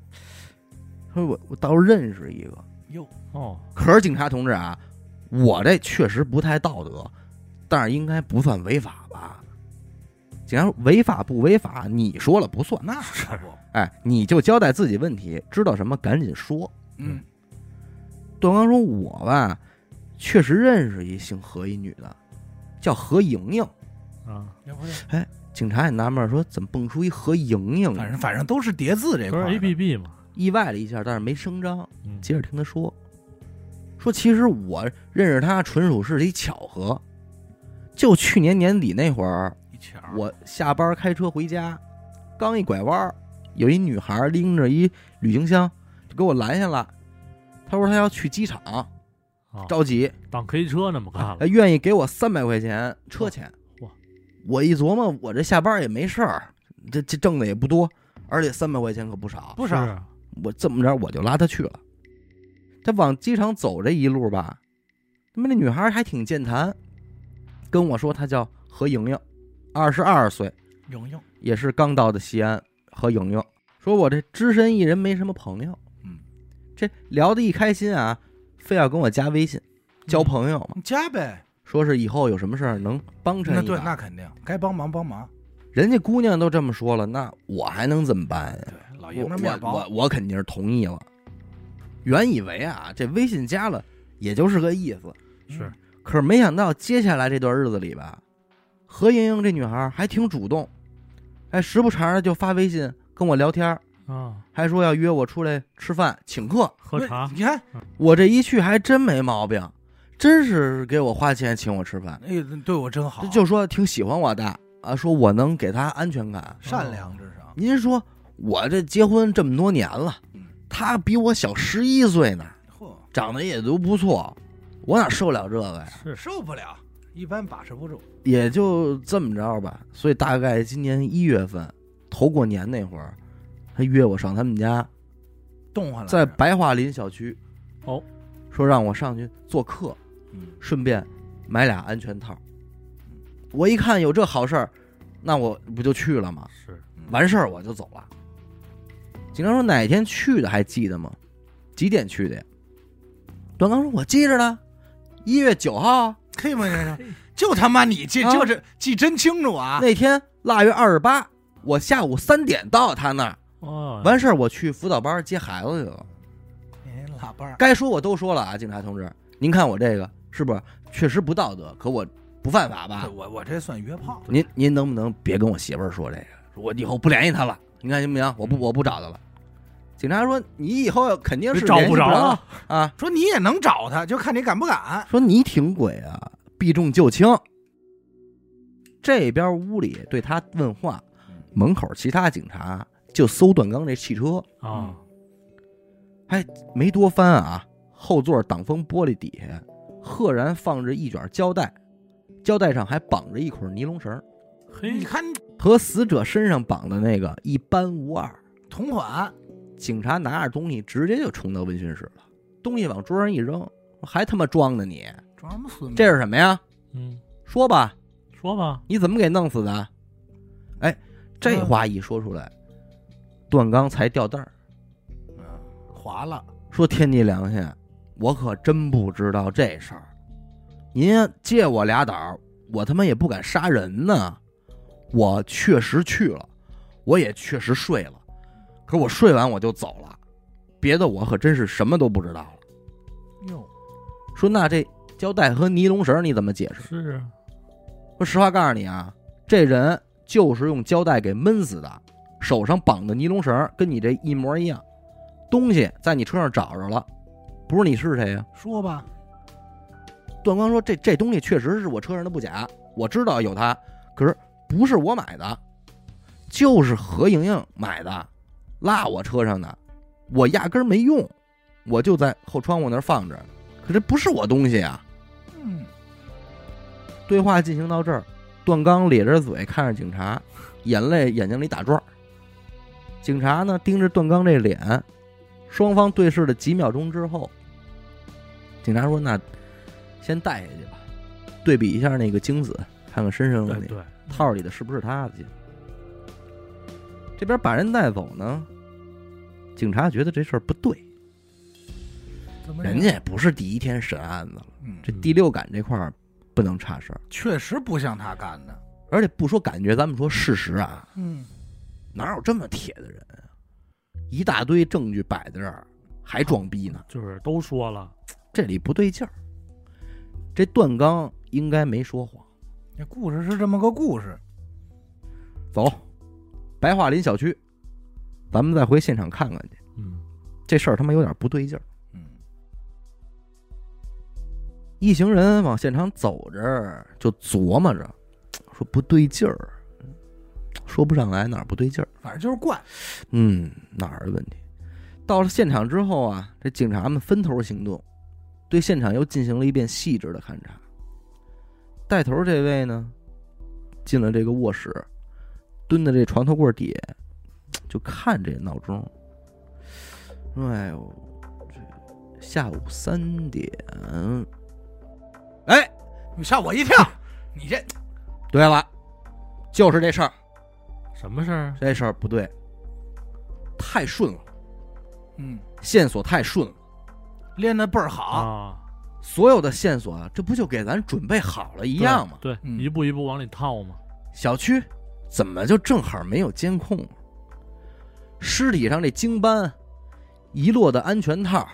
[SPEAKER 1] 说我我倒是认识一个，
[SPEAKER 2] 哟，
[SPEAKER 3] 哦，
[SPEAKER 1] 可是警察同志啊，我这确实不太道德，但是应该不算违法吧？警察说违法不违法，你说了不算。
[SPEAKER 2] 那可不，
[SPEAKER 1] 哎，你就交代自己问题，知道什么赶紧说。
[SPEAKER 2] 嗯，
[SPEAKER 1] 段刚说：“我吧，确实认识一姓何一女的，叫何莹莹。
[SPEAKER 3] 啊，
[SPEAKER 2] 要不是，”
[SPEAKER 1] 警察也纳闷说：“怎么蹦出一何莹莹
[SPEAKER 2] 反？”正反正都是叠字这
[SPEAKER 3] 不
[SPEAKER 2] 块
[SPEAKER 3] 是
[SPEAKER 2] 儿
[SPEAKER 3] A
[SPEAKER 2] 的
[SPEAKER 3] B B 嘛，
[SPEAKER 1] 意外了一下，但是没声张。
[SPEAKER 3] 嗯，
[SPEAKER 1] 接着听他说，说其实我认识他纯属是一巧合，就去年年底那会儿，
[SPEAKER 2] 一圈儿
[SPEAKER 1] 我下班开车回家，刚一拐弯儿，有一女孩拎着一旅行箱就给我拦下了。她说她要去机场，
[SPEAKER 3] 啊
[SPEAKER 1] 着急，
[SPEAKER 3] 当 K 车那么干了
[SPEAKER 1] 呃，愿意给我三百块钱车钱。
[SPEAKER 3] 哇！
[SPEAKER 1] 我一琢磨，我这下班也没事儿，这这挣的也不多，而且三百块钱可不少。
[SPEAKER 2] 不少
[SPEAKER 3] 是啊
[SPEAKER 1] 我这么着，我就拉她去了。她往机场走这一路吧，他妈那女孩还挺健谈，跟我说她叫何莹莹，二十二岁，
[SPEAKER 2] 莹莹，
[SPEAKER 1] 也是刚到的西安和莹莹，说我这只身一人没什么朋友，
[SPEAKER 2] 嗯，
[SPEAKER 1] 这聊得一开心啊，非要跟我加微信交朋友嘛，
[SPEAKER 2] 你加呗，
[SPEAKER 1] 说是以后有什么事儿能帮衬
[SPEAKER 2] 那
[SPEAKER 1] 一
[SPEAKER 2] 对，
[SPEAKER 1] 把。
[SPEAKER 2] 那肯定该帮忙帮忙，
[SPEAKER 1] 人家姑娘都这么说了，那我还能怎么办呀？
[SPEAKER 2] 对，老老爷
[SPEAKER 1] 我
[SPEAKER 2] 们儿哎面儿
[SPEAKER 1] 我我
[SPEAKER 2] 薄，
[SPEAKER 1] 我肯定是同意了。原以为啊，这微信加了也就是个意思，
[SPEAKER 3] 是
[SPEAKER 2] 嗯
[SPEAKER 1] 可是没想到接下来这段日子里吧，何莹莹这女孩还挺主动，哎，时不常的就发微信跟我聊天儿，
[SPEAKER 3] 啊，
[SPEAKER 1] 还说要约我出来吃饭请客。
[SPEAKER 3] 喝茶
[SPEAKER 2] 那你看，
[SPEAKER 1] 我这一去还真没毛病，真是给我花钱请我吃饭，
[SPEAKER 2] 哎，对我真好，
[SPEAKER 1] 就说挺喜欢我的啊，说我能给她安全感。
[SPEAKER 2] 善良至上。
[SPEAKER 1] 您说我这结婚这么多年了
[SPEAKER 2] 嗯，
[SPEAKER 1] 她比我小十一岁呢，
[SPEAKER 2] 嚯，
[SPEAKER 1] 长得也都不错，我哪受了这个呀？
[SPEAKER 3] 是
[SPEAKER 2] 受不了，一般把持不住。
[SPEAKER 1] 也就这么着吧。所以大概今年一月份，头过年那会儿，他约我上他们家，
[SPEAKER 2] 动换了
[SPEAKER 1] 在
[SPEAKER 2] 是
[SPEAKER 1] 白桦林小区，
[SPEAKER 3] 哦，
[SPEAKER 1] 说让我上去做客，
[SPEAKER 2] 嗯
[SPEAKER 1] 顺便买俩安全套。我一看有这好事儿，那我不就去了吗？
[SPEAKER 3] 是，
[SPEAKER 2] 嗯
[SPEAKER 1] 完事儿我就走了。警察说哪天去的还记得吗？几点去的呀？段刚说：“我记着呢，一月九号啊、
[SPEAKER 2] 嘿嘛，这是就他妈你记，
[SPEAKER 1] 啊
[SPEAKER 2] 就是记真清楚啊！
[SPEAKER 1] 那天腊月二十八，我下午三点到他那儿。
[SPEAKER 3] 哦，
[SPEAKER 1] 完事儿，我去辅导班接孩子去了。
[SPEAKER 2] 那喇哎叭儿
[SPEAKER 1] 该说我都说了啊，警察同志，您看我这个是不是确实不道德？可我不犯法吧
[SPEAKER 2] 对？我我这算约炮，
[SPEAKER 1] 您您能不能别跟我媳妇儿说这个？我以后不联系她了，您看行不行？我不我不找她了。警察说你以后肯定是
[SPEAKER 3] 找
[SPEAKER 1] 联系
[SPEAKER 3] 不
[SPEAKER 1] 不
[SPEAKER 3] 着
[SPEAKER 1] 了啊，
[SPEAKER 2] 说你也能找他，就看你敢不敢。
[SPEAKER 1] 说你挺鬼啊，避重就轻。这边屋里对他问话，门口其他警察就搜段刚这汽车，
[SPEAKER 3] 啊，
[SPEAKER 1] 没多翻啊，后座挡风玻璃底下赫然放着一卷胶带，胶带上还绑着一捆尼龙绳儿，
[SPEAKER 3] 嘿
[SPEAKER 2] 你，看
[SPEAKER 1] 和死者身上绑的那个一般无二。
[SPEAKER 2] 同款，
[SPEAKER 1] 警察拿着东西直接就冲到温训室了，东西往桌上一扔，还他妈装呢你！
[SPEAKER 2] 装什么孙子？
[SPEAKER 1] 这是什么呀？
[SPEAKER 3] 嗯，
[SPEAKER 1] 说吧，
[SPEAKER 3] 说吧，
[SPEAKER 1] 你怎么给弄死的？哎，这话一说出来，段刚才掉凳儿，
[SPEAKER 2] 嗯划了，
[SPEAKER 1] 说天地良心，我可真不知道这事儿。您借我俩胆儿，我他妈也不敢杀人呢。我确实去了，我也确实睡了，可是我睡完我就走了，别的我可真是什么都不知道了。
[SPEAKER 2] 哟，
[SPEAKER 1] 说那这胶带和尼龙绳儿你怎么解释？
[SPEAKER 3] 是啊，
[SPEAKER 1] 说实话告诉你啊，这人就是用胶带给闷死的，手上绑的尼龙绳儿跟你这一模一样，东西在你车上找着了，不是你是谁呀、
[SPEAKER 2] 说吧，
[SPEAKER 1] 段光说这这东西确实是我车上的不假，我知道有它，可是不是我买的，就是何莹莹买的，落我车上的，我压根儿没用，我就在后窗户那儿放着，可这不是我东西啊。
[SPEAKER 2] 嗯，
[SPEAKER 1] 对话进行到这儿，段刚咧着嘴看着警察，眼泪眼睛里打转儿。警察呢盯着段刚这脸，双方对视了几秒钟之后，警察说：“那先带下去吧，对比一下那个精子，看看身上的
[SPEAKER 3] 对
[SPEAKER 1] 那
[SPEAKER 3] 对，
[SPEAKER 1] 套里的是不是他的去。”这边把人带走呢，警察觉得这事儿不对，
[SPEAKER 2] 怎么
[SPEAKER 1] 人家也不是第一天审案子了，
[SPEAKER 2] 嗯
[SPEAKER 1] 这第六感这块儿不能差事儿。
[SPEAKER 2] 确实不像他干的，
[SPEAKER 1] 而且不说感觉，咱们说事实啊，
[SPEAKER 2] 嗯，
[SPEAKER 1] 哪有这么铁的人啊？一大堆证据摆在这儿，还装逼呢？
[SPEAKER 3] 就是都说了，
[SPEAKER 1] 这里不对劲儿。这段刚应该没说谎。
[SPEAKER 2] 这故事是这么个故事，
[SPEAKER 1] 走，白桦林小区，咱们再回现场看看去。
[SPEAKER 3] 嗯，
[SPEAKER 1] 这事儿他妈有点不对劲儿。
[SPEAKER 2] 嗯，
[SPEAKER 1] 一行人往现场走着，就琢磨着，说不对劲儿，说不上来哪儿不对劲儿。
[SPEAKER 2] 反正就是怪，
[SPEAKER 1] 嗯，哪儿的问题？到了现场之后啊，这警察们分头行动，对现场又进行了一遍细致的勘察。带头这位呢，进了这个卧室，蹲在这床头柜底下，就看这闹钟。哎呦，这下午三点。哎，
[SPEAKER 2] 你吓我一跳，你这
[SPEAKER 1] 对了，就是这事儿，
[SPEAKER 3] 什么事儿？
[SPEAKER 1] 这事儿不对，太顺了，
[SPEAKER 2] 嗯
[SPEAKER 1] 线索太顺了。
[SPEAKER 2] 练的倍儿好，
[SPEAKER 3] 啊，
[SPEAKER 1] 所有的线索啊，这不就给咱准备好了一
[SPEAKER 3] 一
[SPEAKER 1] 样吗？
[SPEAKER 3] 对，
[SPEAKER 2] 嗯
[SPEAKER 3] 一步一步往里套嘛，
[SPEAKER 1] 小区怎么就正好没有监控啊？尸体上这经斑，遗落的安全套，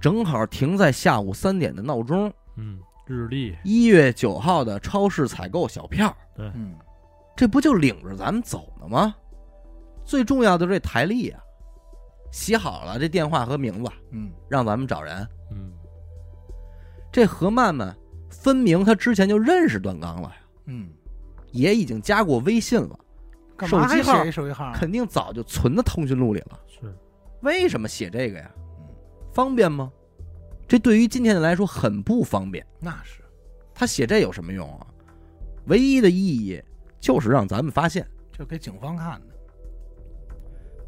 [SPEAKER 1] 正好停在下午三点的闹钟。
[SPEAKER 3] 嗯，日历，
[SPEAKER 1] 一月九号的超市采购小票，
[SPEAKER 2] 嗯，
[SPEAKER 1] 这不就领着咱们走呢吗？最重要的是这台历啊，写好了这电话和名字，
[SPEAKER 2] 嗯，
[SPEAKER 1] 让咱们找人。
[SPEAKER 3] 嗯
[SPEAKER 1] 这何曼曼分明她之前就认识段刚了呀，
[SPEAKER 2] 嗯，
[SPEAKER 1] 也已经加过微信了，
[SPEAKER 2] 干
[SPEAKER 1] 手
[SPEAKER 2] 嘛
[SPEAKER 1] 机
[SPEAKER 2] 还
[SPEAKER 1] 号
[SPEAKER 2] 写一手机号啊？
[SPEAKER 1] 肯定早就存到通讯录里了。
[SPEAKER 3] 是，
[SPEAKER 1] 为什么写这个呀
[SPEAKER 2] 嗯？
[SPEAKER 1] 方便吗？这对于今天的来说很不方便。
[SPEAKER 2] 那是，
[SPEAKER 1] 他写这有什么用啊？唯一的意义就是让咱们发现。
[SPEAKER 2] 就给警方看的。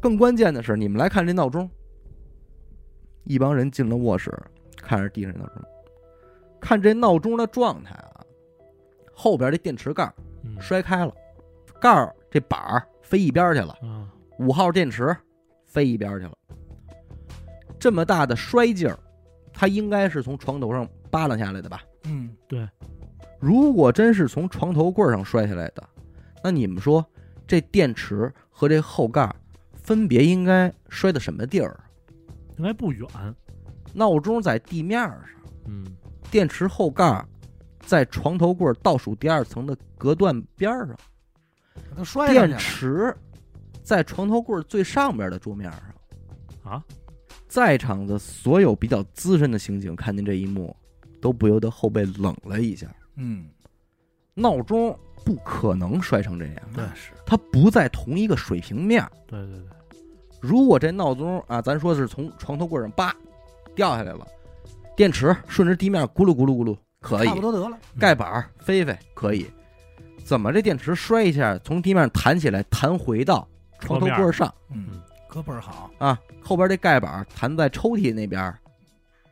[SPEAKER 1] 更关键的是，你们来看这闹钟。一帮人进了卧室，看着地上的闹钟，看这闹钟的状态啊，后边这电池盖儿
[SPEAKER 3] 嗯
[SPEAKER 1] 摔开了，盖儿这板儿飞一边儿去了，
[SPEAKER 3] 啊，
[SPEAKER 1] 五号电池飞一边儿去了。这么大的摔劲儿，他应该是从床头上扒拉下来的吧？
[SPEAKER 2] 嗯，
[SPEAKER 1] 如果真是从床头柜上摔下来的，那你们说这电池和这后盖儿分别应该摔到什么地儿？啊
[SPEAKER 3] 应该不远，
[SPEAKER 1] 闹钟在地面上，
[SPEAKER 3] 嗯
[SPEAKER 1] 电池后盖儿在床头柜倒数第二层的隔断边儿上，
[SPEAKER 2] 都嗯摔上去
[SPEAKER 1] 电
[SPEAKER 2] 了。
[SPEAKER 1] 池在床头柜最上边的桌面上。
[SPEAKER 3] 啊，
[SPEAKER 1] 在场的所有比较资深的刑警看见这一幕，都不由得后背冷了一下。
[SPEAKER 2] 嗯，
[SPEAKER 1] 闹钟不可能摔成这样，
[SPEAKER 2] 那是，
[SPEAKER 1] 它不在同一个水平面儿。
[SPEAKER 3] 对对对，
[SPEAKER 1] 如果这闹钟啊，咱说是从床头柜上叭掉下来了，电池顺着地面咕噜咕噜咕噜，可以
[SPEAKER 2] 差不多得了。
[SPEAKER 1] 盖板儿飞飞可以。怎么这电池摔一下，从地面上弹起来，弹回到床头柜上
[SPEAKER 2] 嗯，哥倍儿好。
[SPEAKER 1] 啊？后边这盖板儿弹在抽屉那边儿，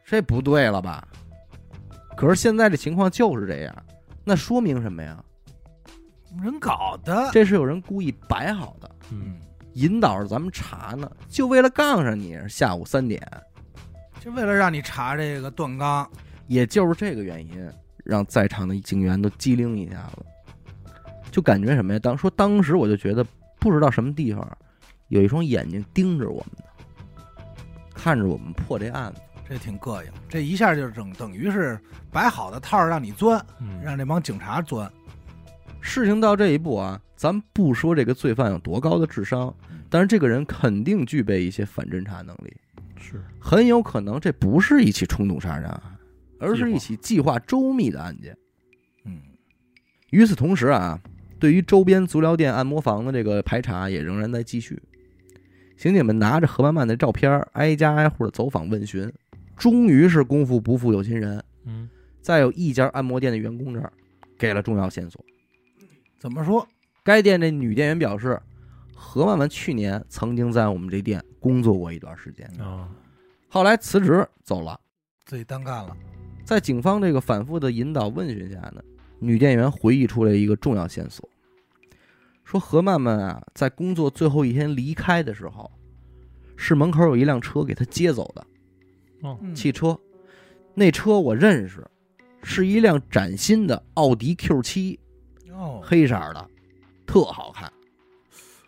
[SPEAKER 1] 这不对了吧？可是现在这情况就是这样，那说明什么呀？
[SPEAKER 2] 人搞的。
[SPEAKER 1] 这是有人故意摆好的，
[SPEAKER 3] 嗯，
[SPEAKER 1] 引导着咱们查呢，就为了杠上你。下午三点，
[SPEAKER 2] 就为了让你查这个段刚，
[SPEAKER 1] 也就是这个原因，让在场的警员都机灵一下子，就感觉什么呀？当说当时我就觉得不知道什么地方有一双眼睛盯着我们呢，看着我们破这案子。
[SPEAKER 2] 这挺膈应。这一下就等等于是摆好的套儿让你钻，
[SPEAKER 3] 嗯
[SPEAKER 2] 让这帮警察钻。
[SPEAKER 1] 事情到这一步啊，咱不说这个罪犯有多高的智商，但是这个人肯定具备一些反侦查能力，
[SPEAKER 3] 是，
[SPEAKER 1] 很有可能这不是一起冲动杀人案，而是一起计划周密的案件。
[SPEAKER 2] 嗯
[SPEAKER 1] 与此同时啊，对于周边足疗店、按摩房的这个排查也仍然在继续。刑警们拿着何曼曼的照片儿，挨家挨户的走访问询，终于是功夫不负有心人，
[SPEAKER 3] 嗯
[SPEAKER 1] 在有一家按摩店的员工这儿给了重要线索。，
[SPEAKER 2] 怎么说？
[SPEAKER 1] 该店这女店员表示，何曼曼去年曾经在我们这店工作过一段时间，
[SPEAKER 3] 啊，
[SPEAKER 1] 后来辞职走了。
[SPEAKER 2] 自己单干了。
[SPEAKER 1] 在警方这个反复的引导问询下呢，女店员回忆出来一个重要线索，说何曼曼啊，在工作最后一天离开的时候，是门口有一辆车给她接走的
[SPEAKER 3] 哦，
[SPEAKER 2] 嗯
[SPEAKER 1] 汽车，那车我认识，是一辆崭新的奥迪 Q 七，
[SPEAKER 2] 哦，
[SPEAKER 1] 黑色儿的，特好看。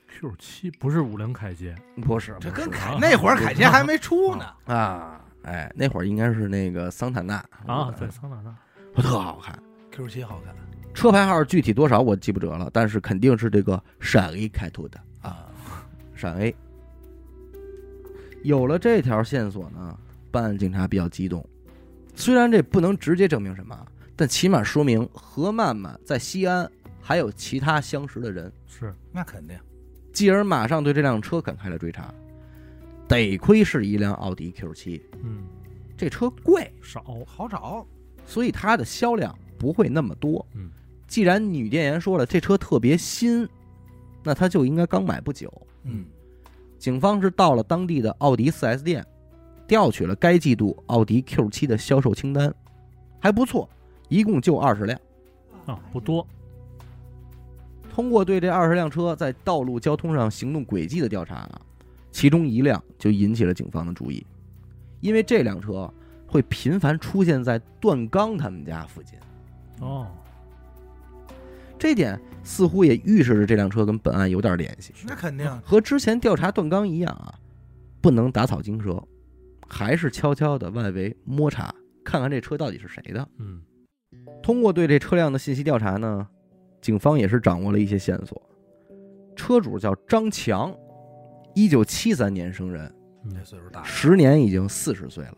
[SPEAKER 3] Q 七不是五菱凯捷，
[SPEAKER 1] 不是，
[SPEAKER 2] 这
[SPEAKER 1] 不是
[SPEAKER 2] 跟凯
[SPEAKER 3] 啊
[SPEAKER 2] 那会儿凯捷还没出 *laughs* 呢。
[SPEAKER 1] 啊，哎，那会儿应该是那个桑塔纳呃
[SPEAKER 3] 啊，在桑塔纳，
[SPEAKER 1] 特好看。
[SPEAKER 2] 哦 Q 七好看
[SPEAKER 1] 车牌号具体多少我记不着了，但是肯定是这个陕 A 开头的。
[SPEAKER 2] 啊，
[SPEAKER 1] 闪 A。有了这条线索呢，办案警察比较激动。虽然这不能直接证明什么，但起码说明何曼曼在西安还有其他相识的人，
[SPEAKER 3] 是，
[SPEAKER 2] 那肯定。
[SPEAKER 1] 继而马上对这辆车展开了追查。得亏是一辆奥迪 Q 7
[SPEAKER 3] 嗯，
[SPEAKER 1] 这车贵，
[SPEAKER 3] 少，
[SPEAKER 2] 好找，
[SPEAKER 1] 所以它的销量不会那么多。
[SPEAKER 3] 嗯，
[SPEAKER 1] 既然女店员说了这车特别新，那它就应该刚买不久。
[SPEAKER 2] 嗯，
[SPEAKER 1] 警方是到了当地的奥迪 4S 店，调取了该季度奥迪 Q7 的销售清单，还不错，一共就二十辆。
[SPEAKER 3] 啊，不多，
[SPEAKER 1] 通过对这二十辆车在道路交通上行动轨迹的调查啊，其中一辆就引起了警方的注意，因为这辆车会频繁出现在段刚他们家附近。
[SPEAKER 3] 哦，
[SPEAKER 1] 这点似乎也预示着这辆车跟本案有点联系。
[SPEAKER 2] 那肯定
[SPEAKER 1] 和之前调查段刚一样啊，不能打草惊蛇，还是悄悄的外围摸查，看看这车到底是谁的。
[SPEAKER 3] 嗯
[SPEAKER 1] 通过对这车辆的信息调查呢，警方也是掌握了一些线索。车主叫张强，一九七三年生人，
[SPEAKER 2] 这
[SPEAKER 3] 嗯
[SPEAKER 2] 岁数大了，
[SPEAKER 1] 时年已经四十岁了。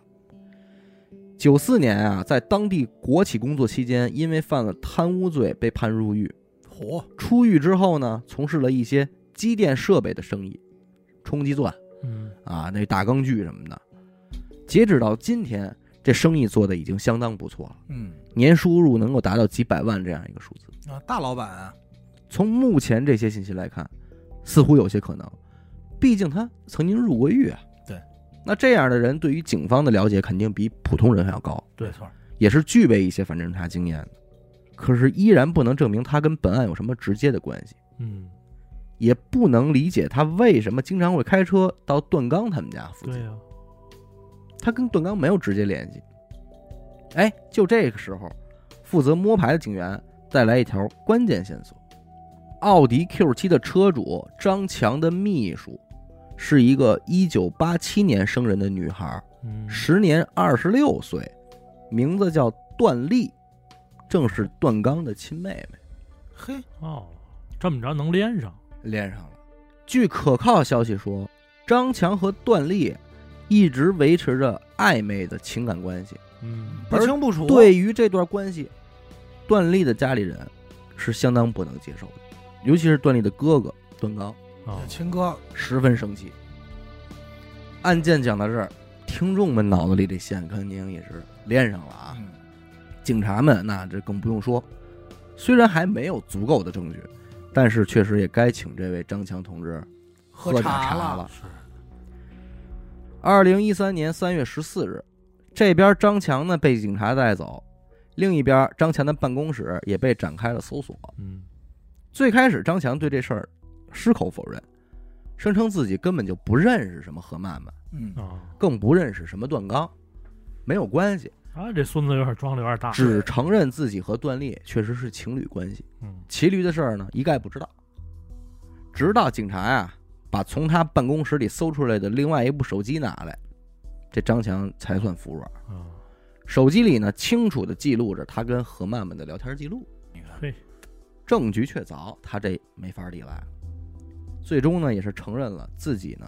[SPEAKER 1] 九四年啊，在当地国企工作期间，因为犯了贪污罪被判入狱。
[SPEAKER 2] 嚯，
[SPEAKER 1] 出狱之后呢，从事了一些机电设备的生意，冲击钻
[SPEAKER 3] 嗯
[SPEAKER 1] 啊，那大钢锯什么的。截止到今天，这生意做的已经相当不错了，
[SPEAKER 2] 嗯
[SPEAKER 1] 年收入能够达到几百万这样一个数字。
[SPEAKER 2] 啊，大老板啊，
[SPEAKER 1] 从目前这些信息来看，似乎有些可能，毕竟他曾经入过狱啊。
[SPEAKER 2] 对，
[SPEAKER 1] 那这样的人对于警方的了解肯定比普通人还要高，
[SPEAKER 3] 对
[SPEAKER 2] 没错，
[SPEAKER 1] 也是具备一些反侦查经验的。可是依然不能证明他跟本案有什么直接的关系，
[SPEAKER 3] 嗯，
[SPEAKER 1] 也不能理解他为什么经常会开车到段刚他们家附
[SPEAKER 3] 对
[SPEAKER 1] 近。
[SPEAKER 3] 呀、
[SPEAKER 1] 他跟段刚没有直接联系。哎，就这个时候，负责摸排的警员带来一条关键线索：奥迪 Q 7的车主张强的秘书是一个1987年生人的女孩，
[SPEAKER 3] 嗯，
[SPEAKER 1] 时年二十六岁，名字叫段丽，正是段刚的亲妹妹。
[SPEAKER 2] 嘿，
[SPEAKER 3] 哦，这么着能连上，
[SPEAKER 1] 连上了。据可靠消息说，张强和段丽一直维持着暧昧的情感关系。
[SPEAKER 3] 嗯
[SPEAKER 2] 不清不楚，，
[SPEAKER 1] 对于这段关系，段丽的家里人是相当不能接受的，尤其是段丽的哥哥段刚，
[SPEAKER 3] 啊，
[SPEAKER 2] 秦哥，
[SPEAKER 1] 十分生气。案件讲到这儿，听众们脑子里这线肯定也是连上了啊。
[SPEAKER 2] 嗯，
[SPEAKER 1] 警察们那这更不用说，虽然还没有足够的证据，但是确实也该请这位张强同志
[SPEAKER 2] 喝
[SPEAKER 1] 喝
[SPEAKER 2] 茶
[SPEAKER 1] 茶
[SPEAKER 2] 了，
[SPEAKER 1] 了。二零一三年三月十四日，这边张强呢被警察带走，另一边张强的办公室也被展开了搜索。
[SPEAKER 3] 嗯
[SPEAKER 1] 最开始，张强对这事儿矢口否认，声称自己根本就不认识什么何曼曼，
[SPEAKER 2] 嗯，
[SPEAKER 3] 啊，
[SPEAKER 1] 更不认识什么段刚，没有关系，
[SPEAKER 3] 啊，这孙子有点装的有点大，
[SPEAKER 1] 只承认自己和段丽确实是情侣关系，
[SPEAKER 3] 嗯
[SPEAKER 1] 其余的事儿呢一概不知道。直到警察呀、把从他办公室里搜出来的另外一部手机拿来，这张强才算服软。
[SPEAKER 3] 啊，
[SPEAKER 1] 手机里呢清楚的记录着他跟何曼曼的聊天记录。
[SPEAKER 2] 你看，
[SPEAKER 3] 嘿，
[SPEAKER 1] 证据确凿，他这没法抵赖。最终呢，也是承认了自己呢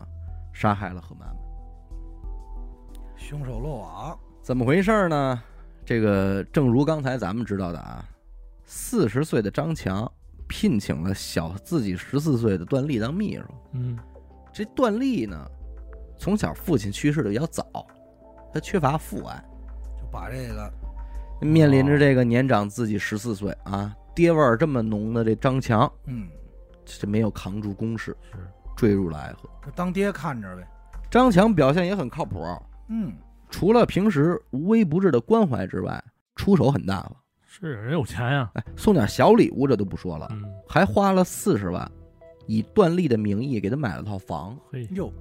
[SPEAKER 1] 杀害了何曼曼。
[SPEAKER 2] 凶手落网，
[SPEAKER 1] 怎么回事呢？这个正如刚才咱们知道的啊，四十岁的张强聘请了小自己十四岁的段丽当秘书。
[SPEAKER 3] 嗯
[SPEAKER 1] 这段丽呢，从小父亲去世的比较早，她缺乏父爱，
[SPEAKER 2] 就把这个
[SPEAKER 1] 面临着这个年长自己十四岁啊，爹味儿这么浓的这张强，
[SPEAKER 2] 嗯，
[SPEAKER 1] 这没有扛住攻势，
[SPEAKER 3] 是，
[SPEAKER 1] 坠入了爱河。
[SPEAKER 2] 就当爹看着呗。
[SPEAKER 1] 张强表现也很靠谱，啊
[SPEAKER 2] 嗯，
[SPEAKER 1] 除了平时无微不至的关怀之外，出手很大方，
[SPEAKER 3] 是人有钱呀、
[SPEAKER 1] 哎，送点小礼物这都不说了，
[SPEAKER 3] 嗯
[SPEAKER 1] 还花了四十万，以段丽的名义给他买了套房，
[SPEAKER 3] 嘿，
[SPEAKER 2] 哟，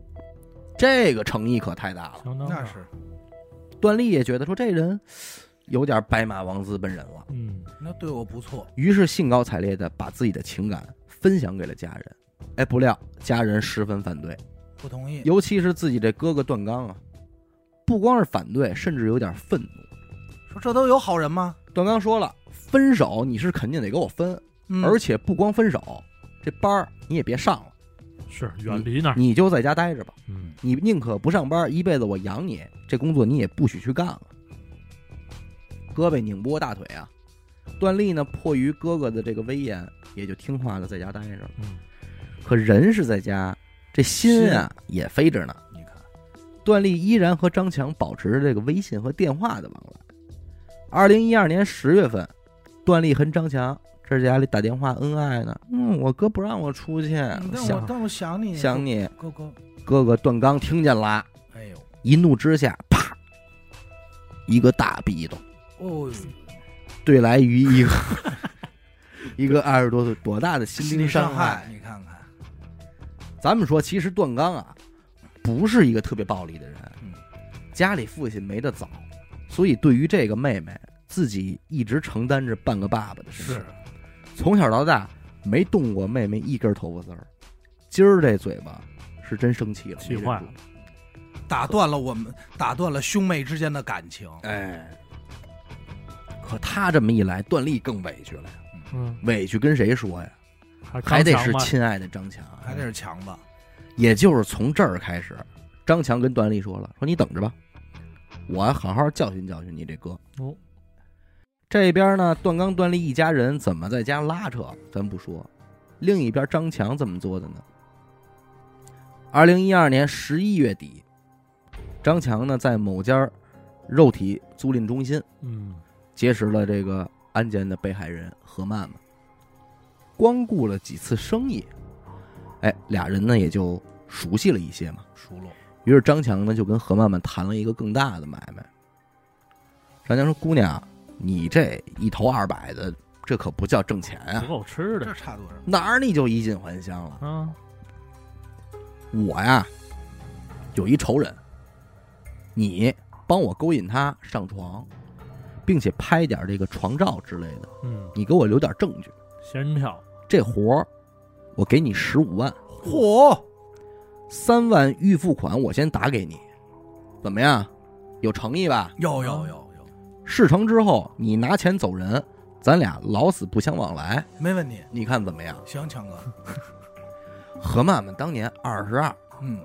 [SPEAKER 1] 这个诚意可太大了。
[SPEAKER 3] 相当
[SPEAKER 2] 那
[SPEAKER 3] 大，
[SPEAKER 2] 是，
[SPEAKER 1] 段丽也觉得说这人有点白马王子本人了，
[SPEAKER 3] 嗯
[SPEAKER 2] 那对我不错，
[SPEAKER 1] 于是兴高采烈地把自己的情感分享给了家人。哎，不料家人十分反对，
[SPEAKER 2] 不同意，
[SPEAKER 1] 尤其是自己这哥哥段刚啊，不光是反对，甚至有点愤怒。
[SPEAKER 2] 说这都有好人吗？
[SPEAKER 1] 段刚说了，分手你是肯定得给我分，
[SPEAKER 2] 嗯，
[SPEAKER 1] 而且不光分手，这班儿你也别上了，
[SPEAKER 3] 是远离那儿，
[SPEAKER 1] 你就在家待着吧。
[SPEAKER 3] 嗯
[SPEAKER 1] 你宁可不上班，一辈子我养你，这工作你也不许去干了。胳膊拧不过大腿啊！段丽呢，迫于哥哥的这个威严，也就听话的在家待着了。
[SPEAKER 3] 嗯
[SPEAKER 1] 可人是在家，这心啊也飞着呢。
[SPEAKER 2] 你看，
[SPEAKER 1] 段丽依然和张强保持着这个微信和电话的往来。二零一二年十月份，段丽和张强这家里打电话恩爱呢。嗯，我哥不让我出去，
[SPEAKER 2] 嗯但我
[SPEAKER 1] 想
[SPEAKER 2] 但我想你，
[SPEAKER 1] 想，你。
[SPEAKER 2] 哥哥，
[SPEAKER 1] 哥哥段刚听见了，
[SPEAKER 2] 哎呦，
[SPEAKER 1] 一怒之下，啪，一个大逼斗
[SPEAKER 2] 哦，
[SPEAKER 1] 对来于一个一个二十多岁多大的心
[SPEAKER 2] 心
[SPEAKER 1] 灵
[SPEAKER 2] 理
[SPEAKER 1] 伤啊
[SPEAKER 2] 伤害，你看看，
[SPEAKER 1] 咱们说，其实段刚啊，不是一个特别暴力的人
[SPEAKER 2] 嗯，
[SPEAKER 1] 家里父亲没得早，所以对于这个妹妹，自己一直承担着半个爸爸的身份。
[SPEAKER 2] 是
[SPEAKER 1] 从小到大没动过妹妹一根头发丝儿。今儿这嘴巴是真生气了，
[SPEAKER 3] 气坏了
[SPEAKER 1] 没忍住。
[SPEAKER 2] 打断了我们，打断了兄妹之间的感情。
[SPEAKER 1] 哎，可他这么一来，段丽更委屈了呀。
[SPEAKER 3] 嗯，
[SPEAKER 1] 委屈跟谁说呀？
[SPEAKER 3] 还
[SPEAKER 1] 还得
[SPEAKER 3] 刚
[SPEAKER 1] 是
[SPEAKER 3] 强吧
[SPEAKER 1] 亲爱的张强。
[SPEAKER 2] 还得是强子，
[SPEAKER 1] 也就是从这儿开始，张强跟段丽说了：“说你等着吧，我好好教训教训你这哥。”
[SPEAKER 3] 哦，
[SPEAKER 1] 这边呢，段刚、段丽一家人怎么在家拉扯，咱不说。另一边，张强怎么做的呢？二零一二年十一月底，张强呢在某家肉体租赁中心
[SPEAKER 3] 嗯，
[SPEAKER 1] 结识了这个案件的被害人何曼曼，光顾了几次生意，哎，俩人呢也就熟悉了一些嘛。
[SPEAKER 2] 熟了。
[SPEAKER 1] 于是张强呢就跟何曼曼谈了一个更大的买卖。张强说：“姑娘，你这一头二百的，这可不叫挣钱啊
[SPEAKER 3] 不，够吃
[SPEAKER 2] 这
[SPEAKER 3] 的，
[SPEAKER 2] 差多少？
[SPEAKER 1] 哪儿你就衣锦还乡了？
[SPEAKER 3] 啊，
[SPEAKER 1] 我呀，有一仇人，你帮我勾引他上床，并且拍点这个床照之类的，
[SPEAKER 3] 嗯，
[SPEAKER 1] 你给我留点证据。
[SPEAKER 3] 仙人跳，
[SPEAKER 1] 这活儿我给你十五万，
[SPEAKER 2] 嚯，
[SPEAKER 1] 三万预付款我先打给你，怎么样？有诚意吧？
[SPEAKER 2] 有有有有，
[SPEAKER 1] 事成之后，你拿钱走人，咱俩老死不相往来，
[SPEAKER 2] 没问题。
[SPEAKER 1] 你看怎么样？
[SPEAKER 2] 行，强哥，
[SPEAKER 1] 何曼曼当年二十二，
[SPEAKER 2] 嗯，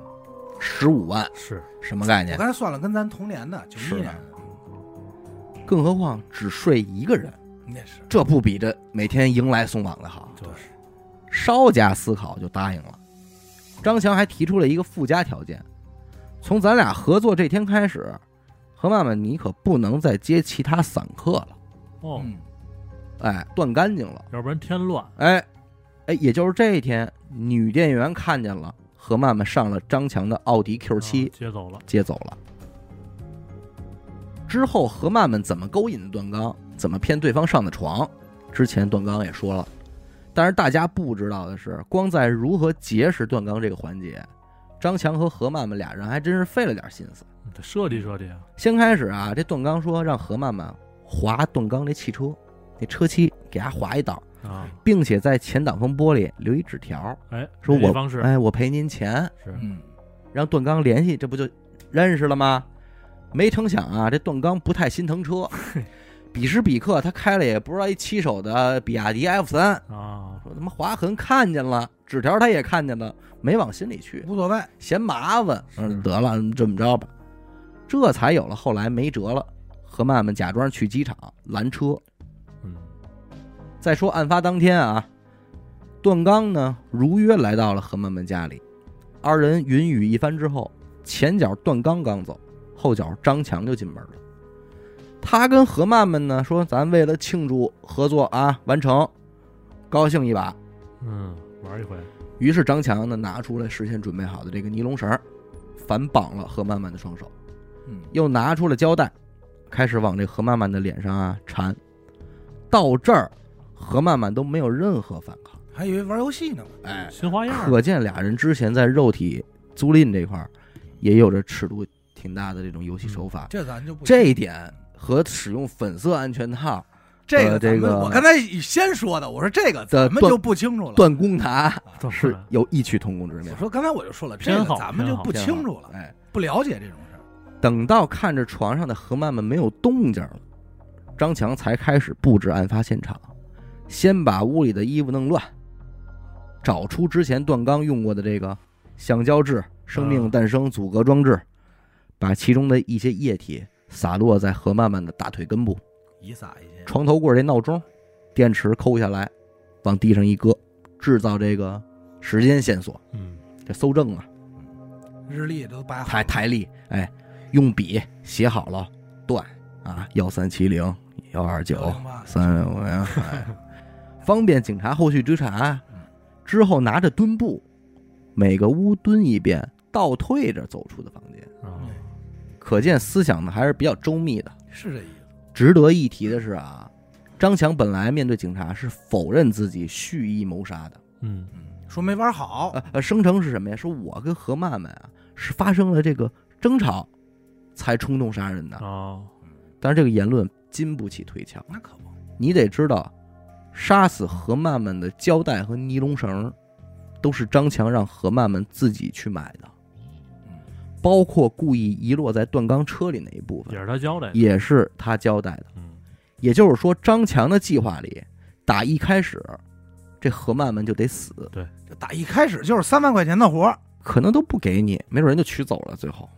[SPEAKER 1] 十五万，
[SPEAKER 3] 是
[SPEAKER 1] 什么概
[SPEAKER 2] 我
[SPEAKER 1] 念？
[SPEAKER 2] 刚才算了，跟咱同年的，九
[SPEAKER 1] 是的
[SPEAKER 2] 一年的，
[SPEAKER 1] 更何况只睡一个人，
[SPEAKER 2] 那是
[SPEAKER 1] 这不比这每天迎来送往的好？
[SPEAKER 3] 就是
[SPEAKER 1] 稍加思考就答应了。张强还提出了一个附加条件：从咱俩合作这天开始，何曼曼你可不能再接其他散客了，
[SPEAKER 3] 哦，
[SPEAKER 2] 嗯，
[SPEAKER 1] 哎，断干净了。
[SPEAKER 3] 要不然添乱，
[SPEAKER 1] 哎，哎，也就是这一天，女店员看见了何曼曼上了张强的奥迪 Q
[SPEAKER 3] 啊
[SPEAKER 1] 七，
[SPEAKER 3] 接走了，
[SPEAKER 1] 接走了。之后何曼曼怎么勾引段刚，怎么骗对方上的床，之前段刚也说了。但是大家不知道的是，光在如何结识段刚这个环节，张强和何曼曼俩人还真是费了点心思。
[SPEAKER 3] 嗯你得设计设计啊，
[SPEAKER 1] 先开始啊，这段刚说让何曼曼划段刚那汽车，那车漆给他划一道，
[SPEAKER 3] 啊，
[SPEAKER 1] 并且在前挡风玻璃留一纸条，
[SPEAKER 3] 哎，
[SPEAKER 1] 说
[SPEAKER 3] 这
[SPEAKER 1] 我
[SPEAKER 3] 方式
[SPEAKER 1] 哎，我赔您钱，
[SPEAKER 3] 是
[SPEAKER 2] 嗯，
[SPEAKER 1] 让段刚联系，这不就认识了吗？没成想啊，这段刚不太心疼车，彼时彼刻他开了也不知道一七手的比亚迪 F 三，
[SPEAKER 3] 啊，
[SPEAKER 1] 说他妈划痕看见了，纸条他也看见了，没往心里去，
[SPEAKER 2] 无所谓，
[SPEAKER 1] 嫌麻烦，
[SPEAKER 3] 是
[SPEAKER 1] 嗯，得了，这么着吧，这才有了后来没辙了，何曼曼假装去机场拦车，
[SPEAKER 3] 嗯，
[SPEAKER 1] 再说案发当天啊，段刚呢如约来到了何曼曼家里，二人云雨一番之后，前脚段刚刚走，后脚张强就进门了。他跟何曼曼呢说：“咱为了庆祝合作啊完成，高兴一把。
[SPEAKER 3] 嗯，玩一回，”
[SPEAKER 1] 于是张强呢拿出了事先准备好的这个尼龙绳儿，反绑了何曼曼的双手，
[SPEAKER 2] 嗯，
[SPEAKER 1] 又拿出了胶带，开始往这何曼曼的脸上啊缠。到这儿，何曼曼都没有任何反抗。
[SPEAKER 2] 还以为玩游戏呢。
[SPEAKER 1] 哎，
[SPEAKER 3] 新花样儿，
[SPEAKER 1] 可见俩人之前在肉体租赁这块儿也有着尺度挺大的这种游戏手法。
[SPEAKER 2] 这咱就不
[SPEAKER 1] 这一点和使用粉色安全套、
[SPEAKER 2] 这
[SPEAKER 1] 呃
[SPEAKER 2] 个咱们
[SPEAKER 1] 这个
[SPEAKER 2] 我刚才先说的，我说这个
[SPEAKER 1] 的
[SPEAKER 2] 咱们
[SPEAKER 1] 断
[SPEAKER 2] 就不清楚了。
[SPEAKER 1] 断弓塔
[SPEAKER 2] 哦
[SPEAKER 3] 怎么
[SPEAKER 1] 是
[SPEAKER 3] 了
[SPEAKER 1] 有异曲同工之
[SPEAKER 2] 我
[SPEAKER 1] 妙。
[SPEAKER 2] 说刚才我就说了，这
[SPEAKER 3] 偏
[SPEAKER 2] 个
[SPEAKER 3] 好
[SPEAKER 2] 咱们就不清楚了，
[SPEAKER 1] 哎，
[SPEAKER 2] 不了解这种事儿。
[SPEAKER 1] 等到看着床上的何曼曼没有动静了，张强才开始布置案发现场，先把屋里的衣服弄乱，找出之前段刚用过的这个橡胶制生命诞生阻隔装置，把其中的一些液体洒落在何曼曼的大腿根部、
[SPEAKER 2] 一撒一些，
[SPEAKER 1] 床头柜这闹钟、电池抠下来，往地上一搁，制造这个时间线索，
[SPEAKER 3] 嗯，
[SPEAKER 1] 这搜证啊。
[SPEAKER 2] 日历都摆好
[SPEAKER 1] 台
[SPEAKER 2] 了，
[SPEAKER 1] 台历，哎，用笔写好了段啊，幺三七零幺二九
[SPEAKER 2] 108
[SPEAKER 1] 三五零，哎 *laughs* 方便警察后续追查
[SPEAKER 2] 嗯。
[SPEAKER 1] 之后拿着墩布，每个屋蹲一遍，倒退着走出的房间。
[SPEAKER 3] 啊，
[SPEAKER 1] 可见思想呢还是比较周密的。
[SPEAKER 2] 是这意思。
[SPEAKER 1] 值得一提的是啊，张强本来面对警察是否认自己蓄意谋杀的，
[SPEAKER 3] 嗯，
[SPEAKER 2] 嗯，说没玩好，
[SPEAKER 1] 呃呃，声称是什么呀？说我跟何曼曼啊是发生了这个争吵，才冲动杀人的。
[SPEAKER 3] 啊，
[SPEAKER 1] 但是这个言论经不起推敲。
[SPEAKER 2] 那可不，
[SPEAKER 1] 你得知道，杀死何曼曼的胶带和尼龙绳，都是张强让何曼曼自己去买的，
[SPEAKER 3] 嗯
[SPEAKER 1] 包括故意遗落在段钢车里那一部
[SPEAKER 3] 也
[SPEAKER 1] 分，
[SPEAKER 3] 是他交代的。
[SPEAKER 1] 也是他交代的。
[SPEAKER 3] 嗯
[SPEAKER 1] 也就是说，张强的计划里，打一开始，这何曼曼就得死，
[SPEAKER 2] 这打一开始就是三万块钱的活儿，
[SPEAKER 1] 可能都不给你，没准人就取走了。最后，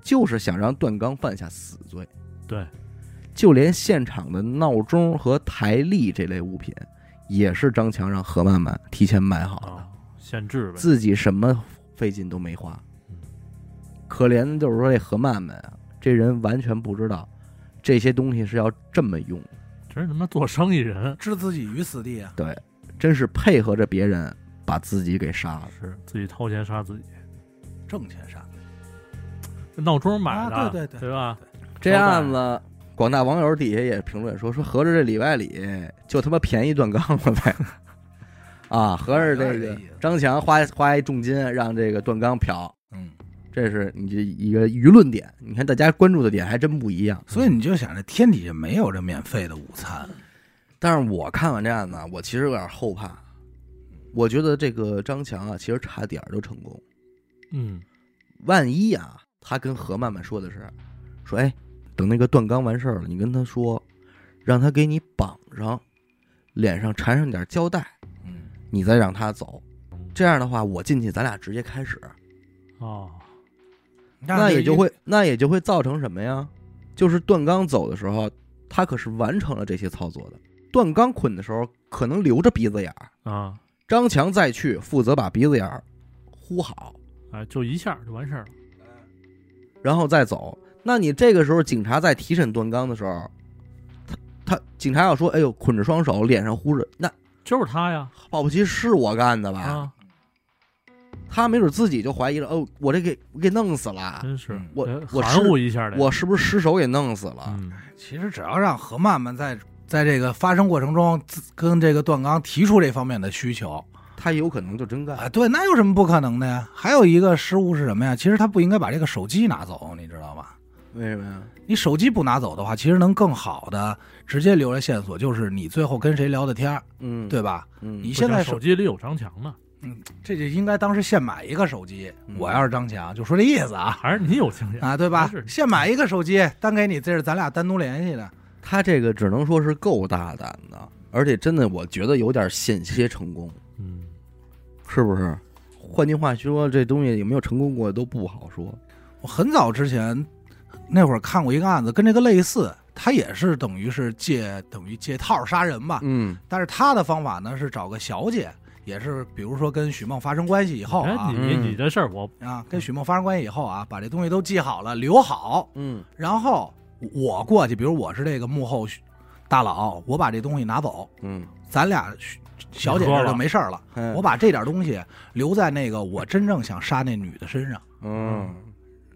[SPEAKER 1] 就是想让段刚犯下死罪。
[SPEAKER 3] 对，
[SPEAKER 1] 就连现场的闹钟和台历这类物品，也是张强让何曼曼提前买好的，
[SPEAKER 3] 啊，限制呗。
[SPEAKER 1] 自己什么费劲都没花
[SPEAKER 3] 嗯。
[SPEAKER 1] 可怜的就是说这何曼曼啊，这人完全不知道这些东西是要这么用的，
[SPEAKER 3] 真是他妈做生意人，
[SPEAKER 2] 置自己于死地啊！
[SPEAKER 1] 真是配合着别人把自己给杀了。
[SPEAKER 3] 是自己掏钱杀自己。
[SPEAKER 2] 挣钱啥？
[SPEAKER 3] 这闹钟买的，
[SPEAKER 2] 啊对对对
[SPEAKER 3] 吧？
[SPEAKER 1] 这案子，广大网友底下也评论说说，合着这里外里就他妈便宜段刚了呗。 *laughs* 啊，合着这
[SPEAKER 2] 有点
[SPEAKER 1] 个
[SPEAKER 2] 这意思
[SPEAKER 1] 张强花花一重金让这个段刚嫖，
[SPEAKER 2] 嗯，
[SPEAKER 1] 这是你这一个舆论点。你看大家关注的点还真不一样。
[SPEAKER 2] 所以你就想，这天底下没有这免费的午餐，
[SPEAKER 1] 但是我看完这案子啊，我其实有点后怕。我觉得这个张强啊，其实差点儿就成功。
[SPEAKER 3] 嗯，
[SPEAKER 1] 万一啊，他跟何曼曼说的是，说哎，等那个段刚完事儿了，你跟他说，让他给你绑上，脸上缠上点胶带，
[SPEAKER 2] 嗯，
[SPEAKER 1] 你再让他走。这样的话，我进去，咱俩直接开始，
[SPEAKER 3] 哦，
[SPEAKER 1] 那也就会那也就会造成什么呀？就是段刚走的时候，他可是完成了这些操作的。段刚捆的时候，可能留着鼻子眼儿，
[SPEAKER 3] 啊，
[SPEAKER 1] 张强再去负责把鼻子眼儿呼好，
[SPEAKER 3] 哎，就一下就完事儿了。
[SPEAKER 1] 然后再走。那你这个时候，警察在提审段刚的时候，他他警察要说：“哎呦，捆着双手，脸上呼着，那
[SPEAKER 3] 就是他呀，
[SPEAKER 1] 保不齐是我干的吧？”
[SPEAKER 3] 啊，
[SPEAKER 1] 他没准自己就怀疑了：“哦，我这给我给弄死了，
[SPEAKER 3] 真是
[SPEAKER 2] 嗯
[SPEAKER 1] 我
[SPEAKER 3] 呃
[SPEAKER 1] 我
[SPEAKER 3] 含糊
[SPEAKER 1] 是
[SPEAKER 3] 一下的，
[SPEAKER 1] 我是啊不是失手给弄死了？”
[SPEAKER 3] 嗯，
[SPEAKER 2] 其实只要让何曼曼在在这个发生过程中自跟这个段刚提出这方面的需求
[SPEAKER 1] 他有可能就真干。
[SPEAKER 2] 啊，对，那有什么不可能的呀？还有一个失误是什么呀？其实他不应该把这个手机拿走，你知道吗？
[SPEAKER 1] 为什么呀？
[SPEAKER 2] 你手机不拿走的话，其实能更好的直接留下线索，就是你最后跟谁聊的天儿，
[SPEAKER 1] 嗯，
[SPEAKER 2] 对吧？
[SPEAKER 1] 嗯，
[SPEAKER 2] 你
[SPEAKER 3] 不
[SPEAKER 2] 现在
[SPEAKER 3] 行
[SPEAKER 2] 手
[SPEAKER 3] 手机里有张强呢，
[SPEAKER 2] 嗯，这就应该当时现买一个手机。
[SPEAKER 1] 嗯
[SPEAKER 2] 我要是张强，就说这意思啊
[SPEAKER 3] 还是你有经验
[SPEAKER 2] 啊，对吧
[SPEAKER 3] 还是？你
[SPEAKER 2] 现买一个手机，单给你，这是咱俩单独联系的。
[SPEAKER 1] 他这个只能说是够大胆的，而且真的我觉得有点险些成功，
[SPEAKER 3] 嗯，
[SPEAKER 1] 是不是？换句话说，这东西有没有成功过都不好说。
[SPEAKER 2] 我很早之前那会儿看过一个案子，跟这个类似，他也是等于是借等于借套杀人吧，
[SPEAKER 1] 嗯，
[SPEAKER 2] 但是他的方法呢是找个小姐，也是比如说跟许梦发生关系以后
[SPEAKER 3] 哎，
[SPEAKER 2] 啊
[SPEAKER 3] 你
[SPEAKER 1] 嗯
[SPEAKER 3] 你这事儿我
[SPEAKER 2] 啊，跟许梦发生关系以后啊，把这东西都记好了，留好，
[SPEAKER 1] 嗯
[SPEAKER 2] 然后我过去，比如我是这个幕后大佬，我把这东西拿走，
[SPEAKER 1] 嗯，
[SPEAKER 2] 咱俩小姐这儿就没事儿了。我把这点东西留在那个我真正想杀那女的身上，
[SPEAKER 1] 嗯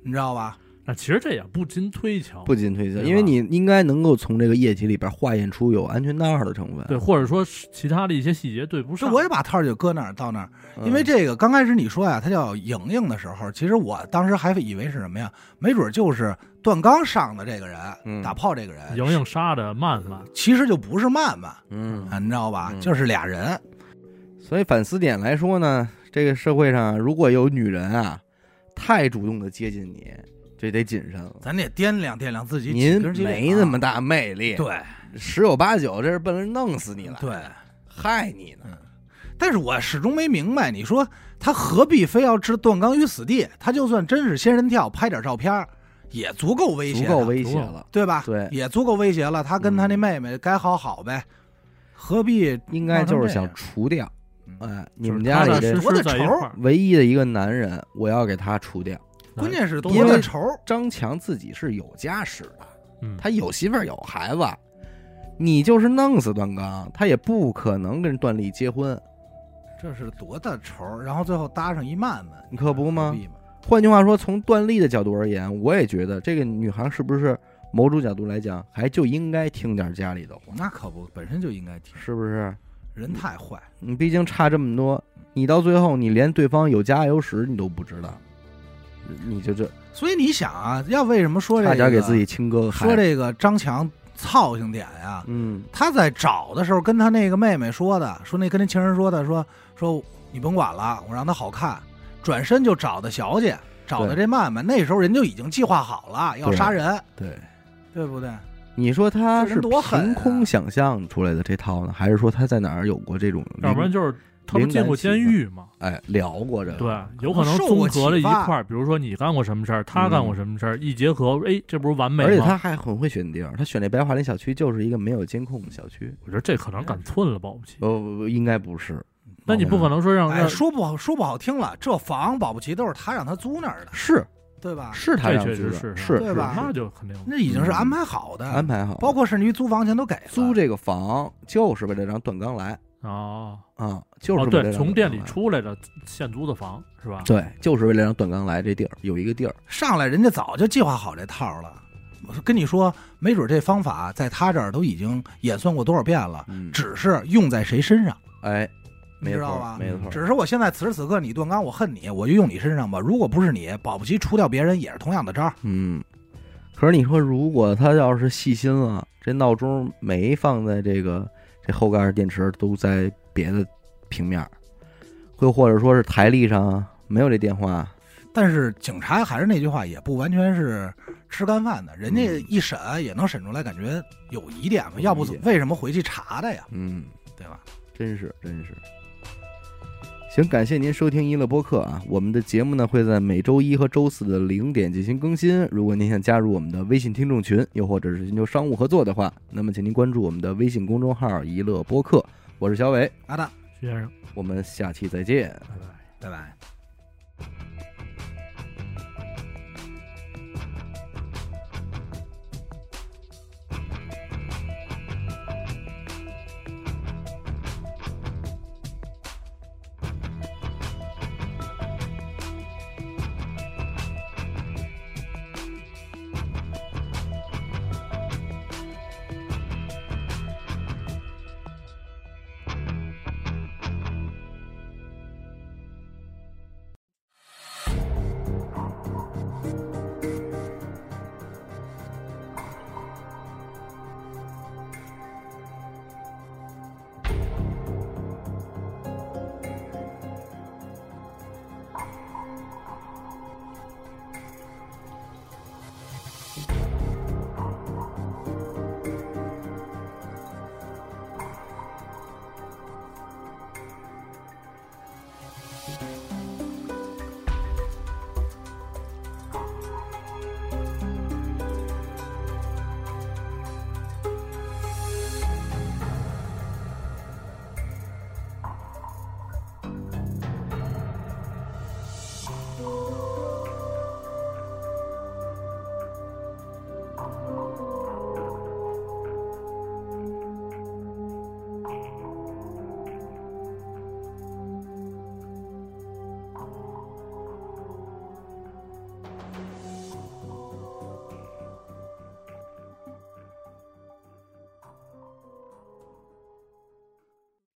[SPEAKER 2] 你知道吧？
[SPEAKER 3] 啊那其实这也不禁推敲，
[SPEAKER 1] 不禁推销，
[SPEAKER 3] 对吧
[SPEAKER 1] 因为你应该能够从这个液体里边化验出有安全带的成分。
[SPEAKER 3] 对，或者说是其他的一些细节对不
[SPEAKER 2] 这
[SPEAKER 3] 上。
[SPEAKER 2] 我也把套儿就搁那儿到那儿，
[SPEAKER 1] 啊嗯，
[SPEAKER 2] 因为这个刚开始你说呀，它叫莹莹的时候，其实我当时还以为是什么呀？没准就是段刚上的这个人，
[SPEAKER 1] 嗯
[SPEAKER 2] 打炮这个人，
[SPEAKER 3] 莹莹杀的慢慢，
[SPEAKER 2] 其实就不是曼曼，
[SPEAKER 1] 嗯，
[SPEAKER 2] 啊你知道吧？
[SPEAKER 1] 嗯
[SPEAKER 2] 就是俩人，
[SPEAKER 1] 所以反思点来说呢，这个社会上如果有女人啊太主动的接近你，这得谨慎了。
[SPEAKER 2] 咱得掂量掂量自己几
[SPEAKER 1] 您
[SPEAKER 2] 根筋啊
[SPEAKER 1] 没那么大魅力，
[SPEAKER 2] 对
[SPEAKER 1] 十有八九这是奔着弄死你来，
[SPEAKER 2] 对。
[SPEAKER 1] 害你呢。
[SPEAKER 2] 但是我始终没明白，你说他何必非要置段刚于死地？他就算真是仙人跳，拍点照片儿也啊足够威胁
[SPEAKER 1] 足
[SPEAKER 2] 他，
[SPEAKER 1] 够威胁了，
[SPEAKER 2] 对吧？
[SPEAKER 1] 对嗯
[SPEAKER 2] 也足够威胁了。他跟他那妹妹该好好呗，何必
[SPEAKER 1] 应该就是
[SPEAKER 2] 闹
[SPEAKER 1] 想
[SPEAKER 2] 成嗯
[SPEAKER 1] 除掉。
[SPEAKER 2] 这样？
[SPEAKER 1] 哎，你
[SPEAKER 3] 就是
[SPEAKER 1] 们
[SPEAKER 3] 他
[SPEAKER 1] 家里
[SPEAKER 3] 俩
[SPEAKER 1] 这
[SPEAKER 3] 是
[SPEAKER 2] 多大
[SPEAKER 3] 是在一
[SPEAKER 2] 仇
[SPEAKER 3] 块儿，
[SPEAKER 1] 唯一的一个男人，我要给他除掉。
[SPEAKER 2] 关键是
[SPEAKER 3] 都
[SPEAKER 2] 多
[SPEAKER 1] 因
[SPEAKER 2] 大
[SPEAKER 1] 为
[SPEAKER 2] 仇？
[SPEAKER 1] 张强自己是有家室的，
[SPEAKER 3] 嗯，
[SPEAKER 1] 他有媳妇儿有孩子，你就是弄死段刚，他也不可能跟段丽结婚，
[SPEAKER 2] 这是多大仇？然后最后搭上一曼曼，
[SPEAKER 1] 你可不吗
[SPEAKER 2] 何？必嘛
[SPEAKER 1] 换句话说，从段丽的角度而言，我也觉得这个女孩是不是某种角度来讲，还就应该听点家里的话，
[SPEAKER 2] 那可不，本身就应该听。
[SPEAKER 1] 是不是？
[SPEAKER 2] 人太坏，
[SPEAKER 1] 你毕竟差这么多，你到最后你连对方有家有室你都不知道，你就这
[SPEAKER 2] 所以你想啊，要为什么说这
[SPEAKER 1] 差
[SPEAKER 2] 个
[SPEAKER 1] 点给自己亲哥哥害
[SPEAKER 2] 说
[SPEAKER 1] 了
[SPEAKER 2] 这个张强操性点呀、
[SPEAKER 1] 嗯
[SPEAKER 2] 他在找的时候跟他那个妹妹说的，说那跟那情人说的，说说你甭管了，我让她好看，转身就找的小姐，找的
[SPEAKER 1] 对
[SPEAKER 2] 这曼曼。那时候人就已经计划好了要
[SPEAKER 1] 对
[SPEAKER 2] 杀人，
[SPEAKER 1] 对。
[SPEAKER 2] 对不对？
[SPEAKER 1] 你说他
[SPEAKER 2] 这人
[SPEAKER 1] 是
[SPEAKER 2] 多狠啊
[SPEAKER 1] 凭空想象出来的这套呢，还是说他在哪儿有过这种灵？
[SPEAKER 3] 要不然就是他不
[SPEAKER 1] 灵
[SPEAKER 3] 进
[SPEAKER 1] 感啊
[SPEAKER 3] 过
[SPEAKER 1] 启
[SPEAKER 3] 监
[SPEAKER 1] 发
[SPEAKER 3] 狱嘛？
[SPEAKER 1] 哎聊过这个，
[SPEAKER 3] 对，有可能
[SPEAKER 2] 受
[SPEAKER 3] 综
[SPEAKER 2] 过
[SPEAKER 3] 合了
[SPEAKER 2] 启
[SPEAKER 3] 一
[SPEAKER 2] 发
[SPEAKER 3] 块儿，比如说你干过什么事儿，他干过
[SPEAKER 1] 嗯
[SPEAKER 3] 什么事儿，一结合，哎，这不是完美吗？
[SPEAKER 1] 而且他还很会选地儿，他选那白桦林小区就是一个没有监控的小区，
[SPEAKER 3] 我觉得这可能赶寸了，保不齐。
[SPEAKER 1] 呃，不应该不是。
[SPEAKER 3] 那你不可能说
[SPEAKER 1] 嗯
[SPEAKER 3] 让
[SPEAKER 2] 哎，
[SPEAKER 3] 让
[SPEAKER 2] 说不好说不好听了，这房保不齐都是他让他租那儿的，
[SPEAKER 1] 是
[SPEAKER 2] 对吧？
[SPEAKER 1] 是他
[SPEAKER 3] 这
[SPEAKER 1] 让
[SPEAKER 3] 确
[SPEAKER 1] 租
[SPEAKER 3] 实
[SPEAKER 1] 的，
[SPEAKER 3] 是啊
[SPEAKER 1] 是
[SPEAKER 2] 对
[SPEAKER 1] 是
[SPEAKER 2] 吧
[SPEAKER 3] 那就肯定
[SPEAKER 2] 那已经是安排好的，
[SPEAKER 1] 安排好，
[SPEAKER 2] 包括甚至于租房钱都给了。
[SPEAKER 1] 租这个房就是为了让段刚来
[SPEAKER 3] 哦
[SPEAKER 1] 啊，就是嗯为
[SPEAKER 3] 哦，
[SPEAKER 1] 了
[SPEAKER 3] 对，
[SPEAKER 1] 让
[SPEAKER 3] 从
[SPEAKER 1] 段
[SPEAKER 3] 店
[SPEAKER 1] 刚
[SPEAKER 3] 里
[SPEAKER 1] 来，
[SPEAKER 3] 出来的现租的房是吧？
[SPEAKER 1] 对，就是为了让段刚来这地儿有一个地儿，
[SPEAKER 2] 上来人家早就计划好这套了。我说跟你说，没准这方法在他这儿都已经演算过多少遍了，
[SPEAKER 1] 嗯，
[SPEAKER 2] 只是用在谁身上，
[SPEAKER 1] 哎，
[SPEAKER 2] 你
[SPEAKER 1] 没
[SPEAKER 2] 知
[SPEAKER 1] 错
[SPEAKER 2] 道
[SPEAKER 1] 儿
[SPEAKER 2] 吧？
[SPEAKER 1] 没错儿，
[SPEAKER 2] 只是我现在此时此刻你段刚，我恨你，我就用你身上吧。如果不是你，保不齐除掉别人也是同样的招儿。
[SPEAKER 1] 嗯，可是你说，如果他要是细心啊了，这闹钟没放在这个这后盖电池都在别的平面儿，会或者说是台历上没有这电话，
[SPEAKER 2] 但是警察还是那句话，也不完全是吃干饭的，人家
[SPEAKER 1] 嗯
[SPEAKER 2] 一审也能审出来，感觉有疑点嘛，要不
[SPEAKER 1] 有疑点
[SPEAKER 2] 为什么回去查的呀？
[SPEAKER 1] 嗯，
[SPEAKER 2] 对吧？
[SPEAKER 1] 真是真是。行，感谢您收听一乐播客啊！我们的节目呢会在每周一和周四的零点进行更新。如果您想加入我们的微信听众群，又或者是寻求商务合作的话，那么请您关注我们的微信公众号“一乐播客”。我是小伟，
[SPEAKER 2] 阿达，
[SPEAKER 3] 徐先生，
[SPEAKER 1] 我们下期再见。
[SPEAKER 3] 拜
[SPEAKER 2] 拜
[SPEAKER 3] 拜。
[SPEAKER 2] 拜。